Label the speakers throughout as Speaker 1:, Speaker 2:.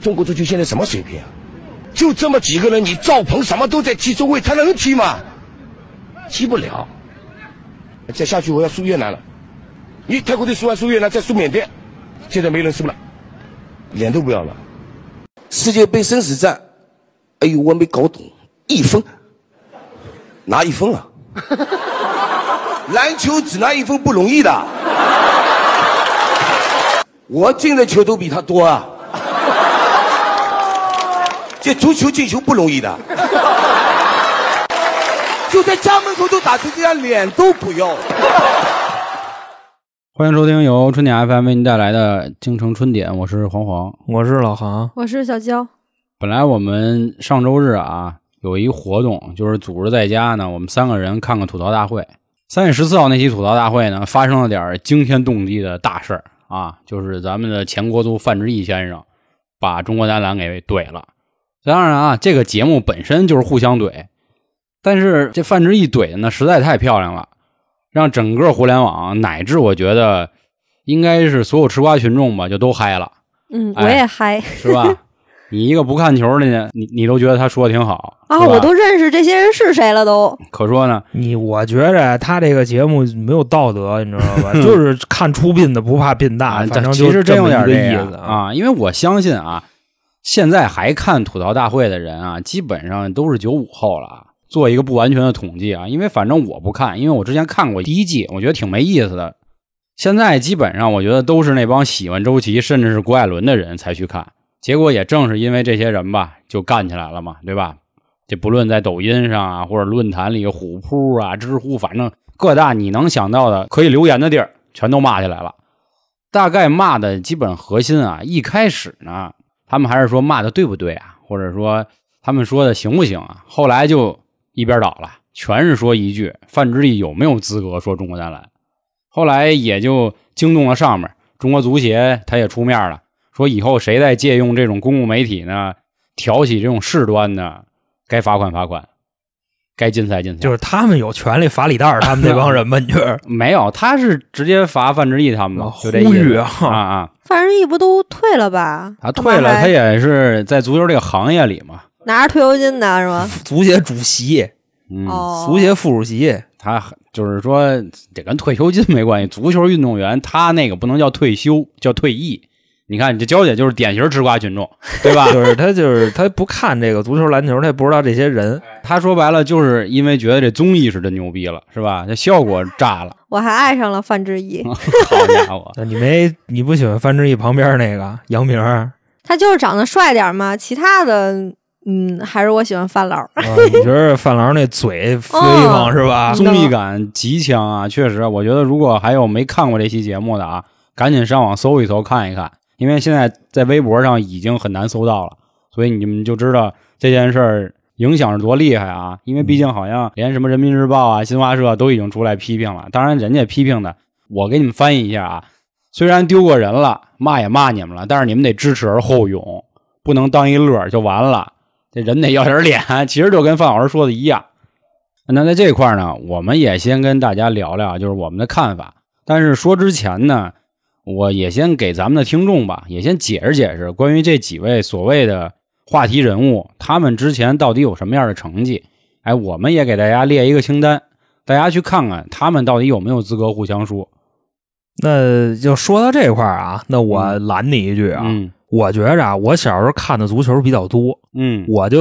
Speaker 1: 中国足球现在什么水平啊？就这么几个人，你赵鹏什么都在踢中卫，他能踢吗？踢不了。再下去我要输越南了，你泰国队输完输越南，再输缅甸，现在没人输了，脸都不要了。世界杯生死战，哎呦，我没搞懂，一分拿一分啊！篮球只拿一分不容易的，我进的球都比他多啊。这足球进球不容易的， 就在家门口都打成这样，脸都不要。
Speaker 2: 欢迎收听由春点 FM 为您带来的《京城春点》，我是黄黄。
Speaker 3: 我是老航，
Speaker 4: 我是小娇，
Speaker 2: 本来我们上周日啊有一活动，就是组织在家呢，我们三个人看看吐槽大会。三月十四号那期吐槽大会呢，发生了点儿惊天动地的大事儿啊，就是咱们的前国足范志毅先生把中国男篮给怼了。当然啊，这个节目本身就是互相怼，但是这范志毅怼的呢实在太漂亮了，让整个互联网乃至我觉得应该是所有吃瓜群众吧，就都嗨了。
Speaker 4: 嗯，
Speaker 2: 哎
Speaker 4: 我也嗨
Speaker 2: 是 吧？你一个不看球的呢，你你都觉得他说的挺好
Speaker 4: 啊，
Speaker 2: 是吧
Speaker 4: 我都认识这些人是谁了都。
Speaker 2: 可说呢，
Speaker 3: 你我觉着他这个节目没有道德，你知 道吧？就是看出殡的不怕殡大，
Speaker 2: 啊，
Speaker 3: 反
Speaker 2: 这
Speaker 3: 正
Speaker 2: 其
Speaker 3: 就
Speaker 2: 实真
Speaker 3: 这
Speaker 2: 有
Speaker 3: 么
Speaker 2: 点
Speaker 3: 一
Speaker 2: 这
Speaker 3: 个意
Speaker 2: 样
Speaker 3: 思。
Speaker 2: 啊，因为我相信啊，现在还看吐槽大会的人啊，基本上都是九五后了啊。做一个不完全的统计啊，因为反正我不看，因为我之前看过第一季，我觉得挺没意思的。现在基本上我觉得都是那帮喜欢周琦甚至是郭艾伦的人才去看，结果也正是因为这些人吧，就干起来了嘛，对吧？这不论在抖音上啊，或者论坛里、虎扑啊、知乎，反正各大你能想到的可以留言的地儿，全都骂起来了。大概骂的基本核心啊，一开始呢，他们还是说骂的对不对啊，或者说他们说的行不行啊，后来就一边倒了，全是说一句范志毅有没有资格说中国男篮。后来也就惊动了上面，中国足协他也出面了，说以后谁再借用这种公共媒体呢，挑起这种事端呢，该罚款罚款，该禁赛禁赛。
Speaker 3: 就是他们有权利法里蛋儿，他 们那帮人吧，你觉着？
Speaker 2: 没有，他是直接罚范志毅他们嘛，
Speaker 3: 啊
Speaker 2: 就这意思
Speaker 3: 呼吁啊
Speaker 2: 啊啊！
Speaker 4: 范志毅不都退了吧？
Speaker 2: 他
Speaker 4: 干嘛
Speaker 2: 啊退了，他
Speaker 4: 还
Speaker 2: 也是在足球这个行业里嘛，
Speaker 4: 拿着退休金呢，是吗？
Speaker 3: 足协主席、
Speaker 2: 嗯，
Speaker 4: 哦，
Speaker 3: 足协副主席，
Speaker 2: 他就是说这跟退休金没关系，足球运动员他那个不能叫退休，叫退役。你看，你这娇姐就是典型吃瓜群众，对吧？
Speaker 3: 就是他，就是他不看这个足球、篮球，他也不知道这些人。
Speaker 2: 他说白了就是因为觉得这综艺是真牛逼了，是吧？这效果炸了，
Speaker 4: 我还爱上了范志毅，
Speaker 2: 啊好家伙！
Speaker 3: 那你没你不喜欢范志毅旁边那个杨明 儿？
Speaker 4: 他就是长得帅点儿嘛，其他的嗯，还是我喜欢范老儿。
Speaker 3: 啊，你觉得范老师那嘴飞吗？
Speaker 4: 哦
Speaker 3: 是吧？
Speaker 2: 综艺感极强啊，确实，我觉得如果还有没看过这期节目的啊，赶紧上网搜一搜看一看，因为现在在微博上已经很难搜到了，所以你们就知道这件事儿影响是多厉害啊！因为毕竟好像连什么人民日报啊、新华社都已经出来批评了，当然人家批评的，我给你们翻译一下啊，虽然丢过人了，骂也骂你们了，但是你们得知耻而后勇，不能当一乐儿就完了。这人得要点脸，其实就跟范老师说的一样。那在这块儿呢，我们也先跟大家聊聊，就是我们的看法。但是说之前呢，我也先给咱们的听众吧，也先解释解释关于这几位所谓的话题人物，他们之前到底有什么样的成绩？哎，我们也给大家列一个清单，大家去看看他们到底有没有资格互相说
Speaker 3: 那就说到这块儿啊，那我拦你一句啊，
Speaker 2: 嗯
Speaker 3: 我觉着啊，我小时候看的足球比较多，
Speaker 2: 嗯
Speaker 3: 我就。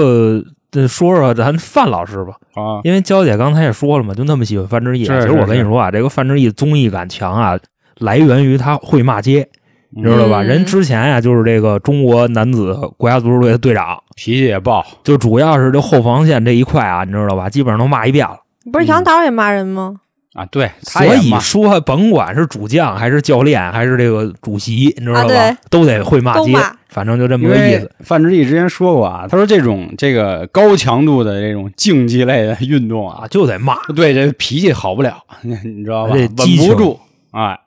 Speaker 3: 呃说说咱范老师吧，
Speaker 2: 啊，
Speaker 3: 因为娇姐刚才也说了嘛，就那么喜欢范志毅啊。
Speaker 2: 是
Speaker 3: 其
Speaker 2: 是
Speaker 3: 实我跟
Speaker 2: 是
Speaker 3: 你说啊，这个范志毅综艺感强啊，来源于他会骂街，你知道吧？
Speaker 4: 嗯
Speaker 3: 人之前啊，就是这个中国男子国家足球队的队长，
Speaker 2: 脾气也暴，
Speaker 3: 就主要是这后防线这一块啊，你知道吧？基本上都骂一遍了。
Speaker 4: 你不是
Speaker 2: 嗯
Speaker 4: 杨导也骂人吗？
Speaker 2: 啊，对，他
Speaker 3: 所
Speaker 2: 也
Speaker 3: 以
Speaker 2: 骂
Speaker 3: 说，甭管是主将还是教练，还是这个主席，你知道吧？
Speaker 4: 啊对
Speaker 3: 都得会骂
Speaker 4: 都
Speaker 3: 街，
Speaker 4: 骂
Speaker 3: 反正就这么
Speaker 2: 因
Speaker 3: 个意
Speaker 2: 为
Speaker 3: 思。
Speaker 2: 范志毅之前说过啊，他说这种这个高强度的这种竞技类的运动啊
Speaker 3: 啊，，就得骂，
Speaker 2: 对，这脾气好不了，你知道吧？
Speaker 3: 这
Speaker 2: 稳
Speaker 3: 激
Speaker 2: 不
Speaker 3: 情
Speaker 2: 住，哎，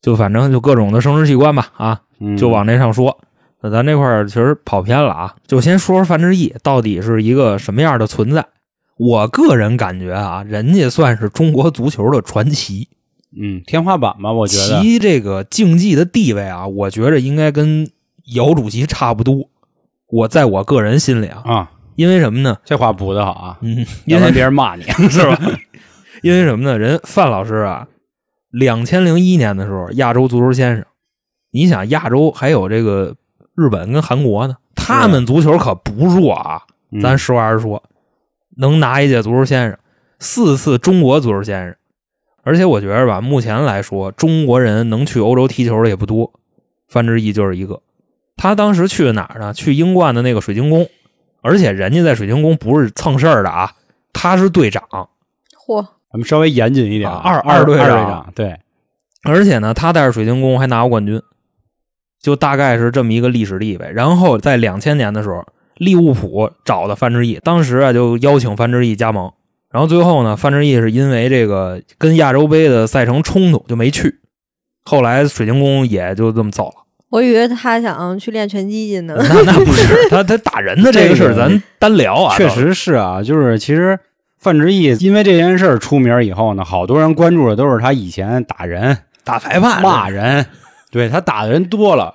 Speaker 3: 就反正就各种的生殖器官吧，啊，
Speaker 2: 嗯
Speaker 3: 就往那上说。那咱这块儿其实跑偏了啊，就先说说范志毅到底是一个什么样的存在。我个人感觉啊，人家算是中国足球的传奇，
Speaker 2: 嗯天花板吧，我觉得
Speaker 3: 其这个竞技的地位啊，我觉着应该跟姚主席差不多。我在我个人心里啊，
Speaker 2: 啊，
Speaker 3: 因为什么呢？
Speaker 2: 这话补的好 啊，
Speaker 3: 嗯，
Speaker 2: 要不
Speaker 3: 因
Speaker 2: 然
Speaker 3: 为
Speaker 2: 别人 骂你嗯是吧？
Speaker 3: 因为什么呢？人范老师啊，两千零一年的时候，亚洲足球先生，你想亚洲还有这个日本跟韩国呢，他们足球可不弱啊。
Speaker 2: 嗯
Speaker 3: 咱实话实说，能拿一届足球先生，四次中国足球先生。而且我觉着吧，目前来说，中国人能去欧洲踢球的也不多，范志毅就是一个。他当时去哪儿呢？去英冠的那个水晶宫，而且人家在水晶宫不是蹭事儿的啊，他是队长。
Speaker 4: 嚯，
Speaker 2: 咱们稍微严谨一点啊，
Speaker 3: 二
Speaker 2: 二
Speaker 3: 二队
Speaker 2: 二队
Speaker 3: 长
Speaker 2: 长，对，
Speaker 3: 而且呢，他带着水晶宫还拿过冠军，就大概是这么一个历史地位。然后在两千年的时候，利物浦找的范志毅，当时啊就邀请范志毅加盟。然后最后呢，范志毅是因为这个跟亚洲杯的赛程冲突就没去，后来水晶宫也就这么走了。
Speaker 4: 我以为他想去练拳击去呢。
Speaker 3: 那那不是他他打人的这个事儿，
Speaker 2: 这个
Speaker 3: 咱单聊啊。
Speaker 2: 确
Speaker 3: 都是，
Speaker 2: 实是啊，就是其实范志毅因为这件事儿出名以后呢，好多人关注的都是他以前打人、
Speaker 3: 打裁判
Speaker 2: 骂人，对他打的人多了。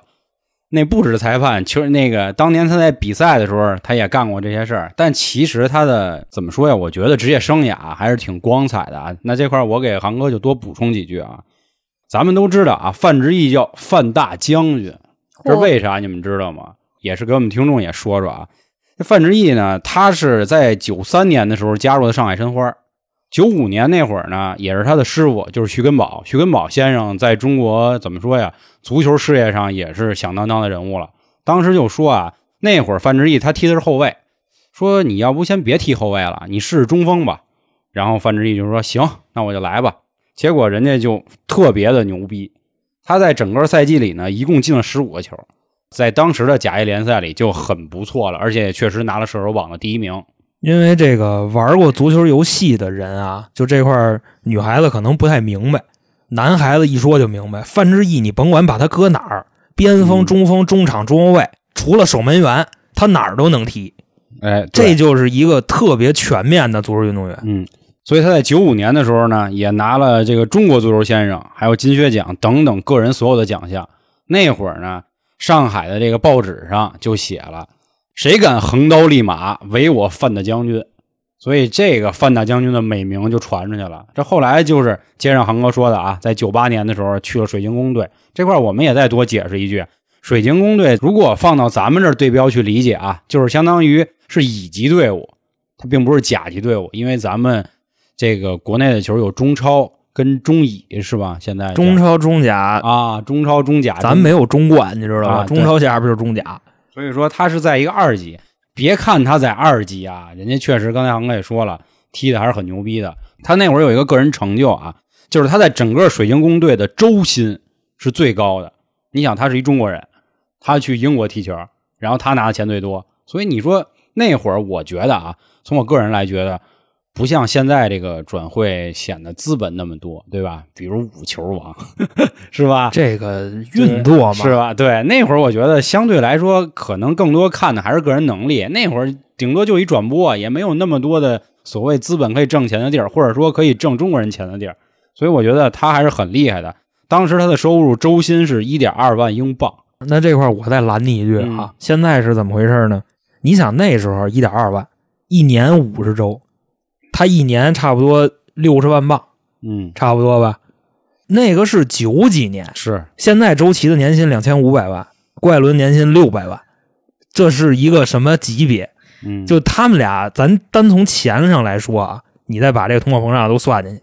Speaker 2: 那不止裁判，其实那个当年他在比赛的时候，他也干过这些事儿。但其实他的怎么说呀？我觉得职业生涯还是挺光彩的啊。那这块儿我给航哥就多补充几句啊。咱们都知道啊，范志毅叫范大将军，这
Speaker 4: 嚯，
Speaker 2: 为啥你们知道吗？也是给我们听众也说说啊。这范志毅呢，他是在九三年的时候加入的上海申花，九五年那会儿呢，也是他的师傅，就是徐根宝。徐根宝先生在中国怎么说呀？足球事业上也是响当当的人物了。当时就说啊，那会儿范志毅他踢的是后卫，说你要不先别踢后卫了，你试试中锋吧。然后范志毅就说行，那我就来吧。结果人家就特别的牛逼，他在整个赛季里呢，一共进了十五个球，在当时的甲 A 联赛里就很不错了，而且也确实拿了射手榜的第一名。
Speaker 3: 因为这个玩过足球游戏的人啊，就这块儿女孩子可能不太明白，男孩子一说就明白。范志毅，你甭管把他搁哪儿，边
Speaker 2: 嗯
Speaker 3: 锋、中锋、中场、中后卫，除了守门员，他哪儿都能踢。
Speaker 2: 哎，对
Speaker 3: 这就是一个特别全面的足球运动员。
Speaker 2: 嗯，所以他在九五年的时候呢，也拿了这个中国足球先生，还有金靴奖等等个人所有的奖项。那会儿呢，上海的这个报纸上就写了：“谁敢横刀立马，唯我范大将军。”所以这个范大将军的美名就传出去了。这后来就是接上航哥说的啊，在九八年的时候去了水晶宫队这块，我们也再多解释一句：水晶宫队如果放到咱们这儿对标去理解啊，就是相当于是乙级队伍，它并不是甲级队伍，因为咱们这个国内的球有中超跟中乙是吧？现在叫
Speaker 3: 中超、中甲，
Speaker 2: 嗯啊，中超、中甲，
Speaker 3: 咱没有中冠，你知道吧？
Speaker 2: 啊对
Speaker 3: 中超下边就是中甲。
Speaker 2: 所以说他是在一个二级。别看他在二级啊，人家确实刚才航哥也说了，踢的还是很牛逼的。他那会儿有一个个人成就啊，就是他在整个水晶宫队的周薪是最高的。你想，他是一中国人，他去英国踢球，然后他拿的钱最多，所以你说那会儿，我觉得啊，从我个人来觉得，不像现在这个转会显得资本那么多，对吧？比如五球王， 是吧？
Speaker 3: 这个运作嘛，
Speaker 2: 是吧？对，那会儿我觉得相对来说，可能更多看的还是个人能力。那会儿顶多就一转播，也没有那么多的所谓资本可以挣钱的地儿，或者说可以挣中国人钱的地儿。所以我觉得他还是很厉害的。当时他的收入周薪是一点二万英镑，
Speaker 3: 那这块儿我再拦你一句啊，
Speaker 2: 嗯
Speaker 3: 现在是怎么回事呢？你想那时候一点二万，一年五十周，他一年差不多六十万镑，
Speaker 2: 嗯，
Speaker 3: 差不多吧？那个是九几年，
Speaker 2: 是
Speaker 3: 现在周琦的年薪两千五百万，怪伦年薪六百万，这是一个什么级别？
Speaker 2: 嗯，
Speaker 3: 就他们俩，咱单从钱上来说啊，你再把这个通货膨胀都算进去，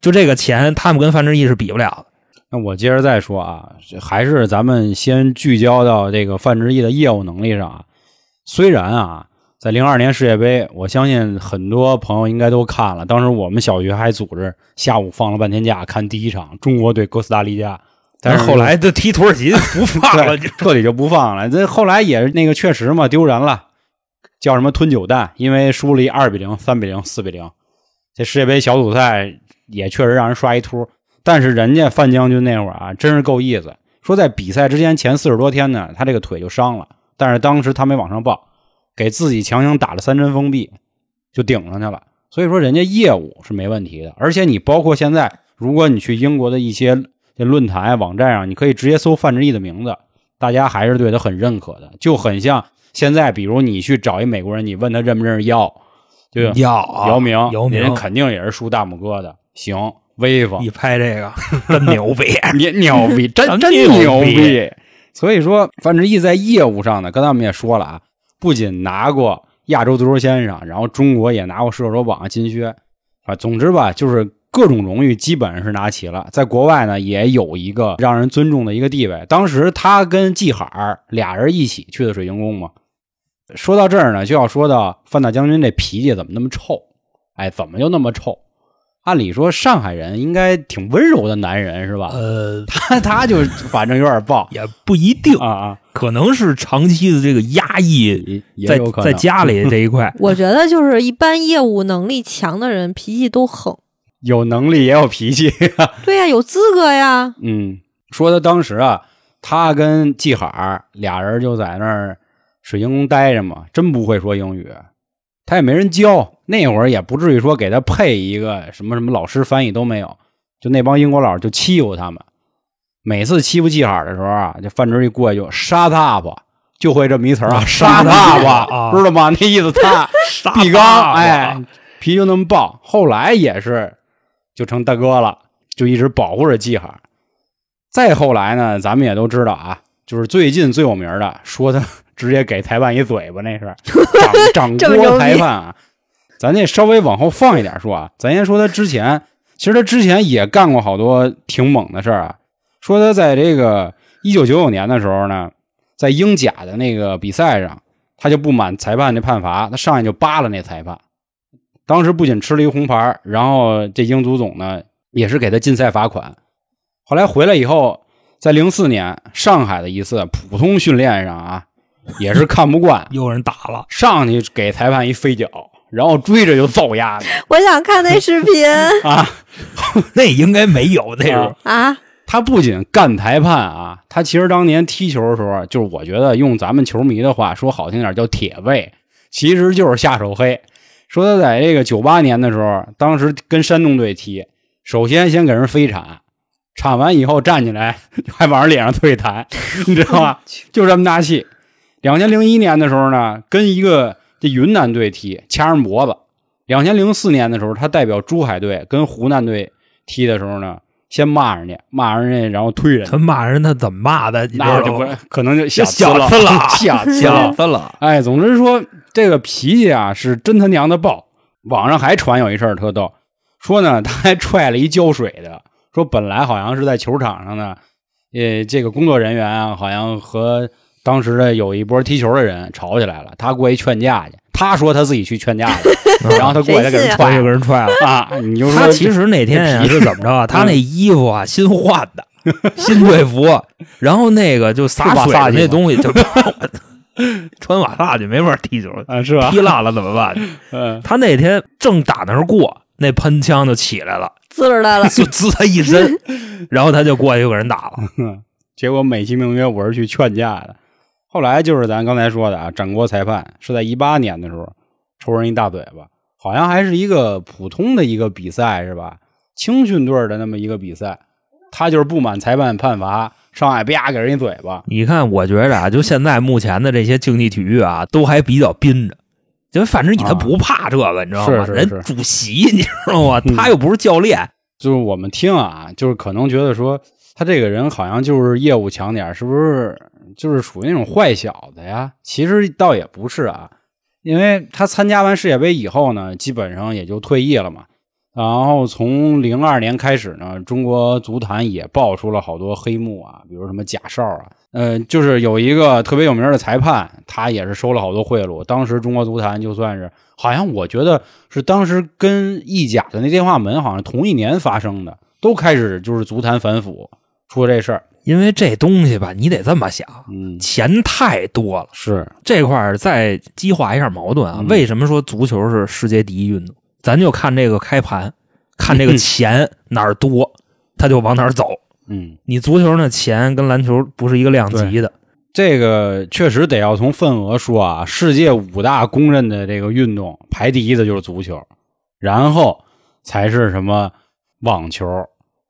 Speaker 3: 就这个钱，他们跟范志毅是比不了的。
Speaker 2: 那我接着再说啊，这还是咱们先聚焦到这个范志毅的业务能力上啊。虽然啊，在零二年世界杯，我相信很多朋友应该都看了，当时我们小学还组织下午放了半天假看第一场中国对哥斯达黎加，但
Speaker 3: 但
Speaker 2: 是
Speaker 3: 是后来就踢土耳其不放了，
Speaker 2: 嗯对彻底就不放了。这后来也是那个确实嘛丢人了，叫什么吞九蛋，因为输了一二比零、三比零、四比零，这世界杯小组赛也确实让人刷一秃。但是人家范将军那会儿啊，真是够意思，说在比赛之前前四十多天呢，他这个腿就伤了，但是当时他没往上报，给自己强行打了三针封闭，就顶上去了。所以说人家业务是没问题的，而且你包括现在，如果你去英国的一些这论坛啊网站上，你可以直接搜范志毅的名字，大家还是对他很认可的，就很像现在比如你去找一美国人，你问他认不认识药，对吧？
Speaker 3: 要啊
Speaker 2: 姚明，
Speaker 3: 姚明
Speaker 2: 人肯定也是竖大拇哥的，行，威风，
Speaker 3: 一拍这个真 牛逼，
Speaker 2: 你牛逼， 真
Speaker 3: 真牛
Speaker 2: 牛
Speaker 3: 逼！
Speaker 2: 所以说，范志毅在业务上呢，刚才我们也说了啊，不仅拿过亚洲足球先生，然后中国也拿过射手榜金靴啊。总之吧，就是各种荣誉基本上是拿齐了，在国外呢也有一个让人尊重的一个地位。当时他跟季海儿俩人一起去的水晶宫嘛。说到这儿呢，就要说到范大将军这脾气怎么那么臭？哎，怎么就那么臭？按理说上海人应该挺温柔的男人是吧？
Speaker 3: 呃，
Speaker 2: 他他就反正有点 暴
Speaker 3: 也不一定，
Speaker 2: 啊啊，
Speaker 3: 可能是长期的这个压抑，
Speaker 2: 也也
Speaker 3: 在
Speaker 2: 有可能
Speaker 3: 在家里这一块
Speaker 4: 我觉得就是一般业务能力强的人脾气都横。
Speaker 2: 有能力也有脾气。
Speaker 4: 对呀、有资格呀。
Speaker 2: 嗯，说他当时啊，他跟季海儿俩人就在那儿水晶宫待着嘛，真不会说英语，他也没人教。那会儿也不至于说给他配一个什么什么老师翻译都没有，就那帮英国佬就欺负他们。每次欺负季海儿的时候啊，这范志毅过去就杀他吧，就会这么一词儿 啊，杀他吧，
Speaker 3: 啊
Speaker 2: 知道吗？那意思 他。毕刚，哎
Speaker 3: 啊，，
Speaker 2: 脾气就那么暴。后来也是就成大哥了，就一直保护着季海。再后来呢，咱们也都知道啊，就是最近最有名的，说他 直接给裁判一嘴巴，那 是掌
Speaker 4: 这
Speaker 2: 掌
Speaker 4: 么牛
Speaker 2: 掴
Speaker 4: 逼
Speaker 2: 裁判啊。咱这稍微往后放一点说啊，咱先说他之前，其实他之前也干过好多挺猛的事儿啊。说他在这个一九九九年的时候呢，在英甲的那个比赛上，他就不满裁判这判罚，他上去就扒拉那裁判。当时不仅吃了一红牌儿，然后这英足总呢也是给他禁赛罚款。后来回来以后，在零四年上海的一次普通训练上啊，也是看不惯
Speaker 3: 又有人打了，
Speaker 2: 上去给裁判一飞脚，然后追着就揍丫的
Speaker 4: 我想看那视 频
Speaker 2: 啊！
Speaker 3: 那应该没有那时候
Speaker 2: 啊
Speaker 4: 啊！
Speaker 2: 他不仅干裁判啊，他其实当年踢球的时候，就是我觉得用咱们球迷的话说好听点叫铁卫，其实就是下手黑。说他在这个九八年的时候，当时跟山东队踢，首先先给人飞铲，铲完以后站起来 还往人脸上对弹，你知道吗？就这么大气。两千零一年的时候呢，跟一个这云南队踢，掐人脖子。两千零四年的时候，他代表珠海队跟湖南队踢的时候呢，先骂人家，骂人家，然后推人家
Speaker 3: 他，骂人，他怎么骂的？你知
Speaker 2: 那
Speaker 3: 道
Speaker 2: 就不
Speaker 3: 吗
Speaker 2: 可哦能就
Speaker 3: 这
Speaker 2: 小
Speaker 3: 小
Speaker 2: 次
Speaker 3: 次了
Speaker 2: 小次
Speaker 3: 小
Speaker 2: 了。
Speaker 3: 子了，
Speaker 2: 哎，总之说这个脾气啊是真他娘的爆。网上还传有一事儿特逗，说呢他还踹了一浇水的，说本来好像是在球场上呢，呃，这个工作人员啊好像和当时的有一波踢球的人吵起来了，他过去劝架去，他说他自己去劝架 去，然后他过去再给人
Speaker 4: 谁信啊
Speaker 3: 踹
Speaker 2: 踹
Speaker 3: 就给人踹了。
Speaker 2: 啊，你就说
Speaker 3: 他其实那天呀
Speaker 2: 这皮嗯
Speaker 3: 是怎么着啊？他那衣服啊新换的，新队服，然后那个就
Speaker 2: 就
Speaker 3: 洒
Speaker 2: 瓦
Speaker 3: 水
Speaker 2: 萨
Speaker 3: 的
Speaker 2: 去
Speaker 3: 那
Speaker 2: 嘛
Speaker 3: 东西就 穿瓦萨去没法踢球了，
Speaker 2: 啊是吧？
Speaker 3: 踢烂了怎么办？
Speaker 2: 嗯，
Speaker 3: 他那天正打那儿过，那喷枪就起来 了，
Speaker 4: 滋着来了，
Speaker 3: 就滋他一身，然后他就过去就给人打了。
Speaker 2: 结果美其名曰我是去劝架的。后来就是咱刚才说的啊，掌掴裁判是在一八年的时候抽人一大嘴巴，好像还是一个普通的一个比赛是吧？青训队的那么一个比赛，他就是不满裁判判罚，上海啪给人一嘴巴。
Speaker 3: 你看，我觉着啊，就现在目前的这些竞技体育啊，都还比较宾着。就反正
Speaker 2: 啊
Speaker 3: 他不怕这个，你知道吗？
Speaker 2: 是是是
Speaker 3: 人主席，你知道吗？
Speaker 2: 嗯
Speaker 3: 他又不是教练，
Speaker 2: 就是我们听啊，就是可能觉得说他这个人好像就是业务强点儿，是不是就是属于那种坏小子呀？其实倒也不是啊，因为他参加完世界杯以后呢，基本上也就退役了嘛。然后从零二年开始呢，中国足坛也爆出了好多黑幕啊，比如什么假哨啊，呃，就是有一个特别有名的裁判，他也是收了好多贿赂。当时中国足坛就算是，好像我觉得是当时跟意甲的那电话门好像同一年发生的，都开始就是足坛反腐出这事儿。
Speaker 3: 因为这东西吧，你得这么想，
Speaker 2: 嗯，
Speaker 3: 钱太多了。
Speaker 2: 是，
Speaker 3: 这块儿再激化一下矛盾啊。
Speaker 2: 嗯
Speaker 3: 为什么说足球是世界第一运动？咱就看这个开盘，看这个钱哪儿多，他就往哪儿走。
Speaker 2: 嗯，
Speaker 3: 你足球那钱跟篮球不是一个量级的，
Speaker 2: 这个确实得要从份额说啊，世界五大公认的这个运动排第一的就是足球，然后才是什么网球、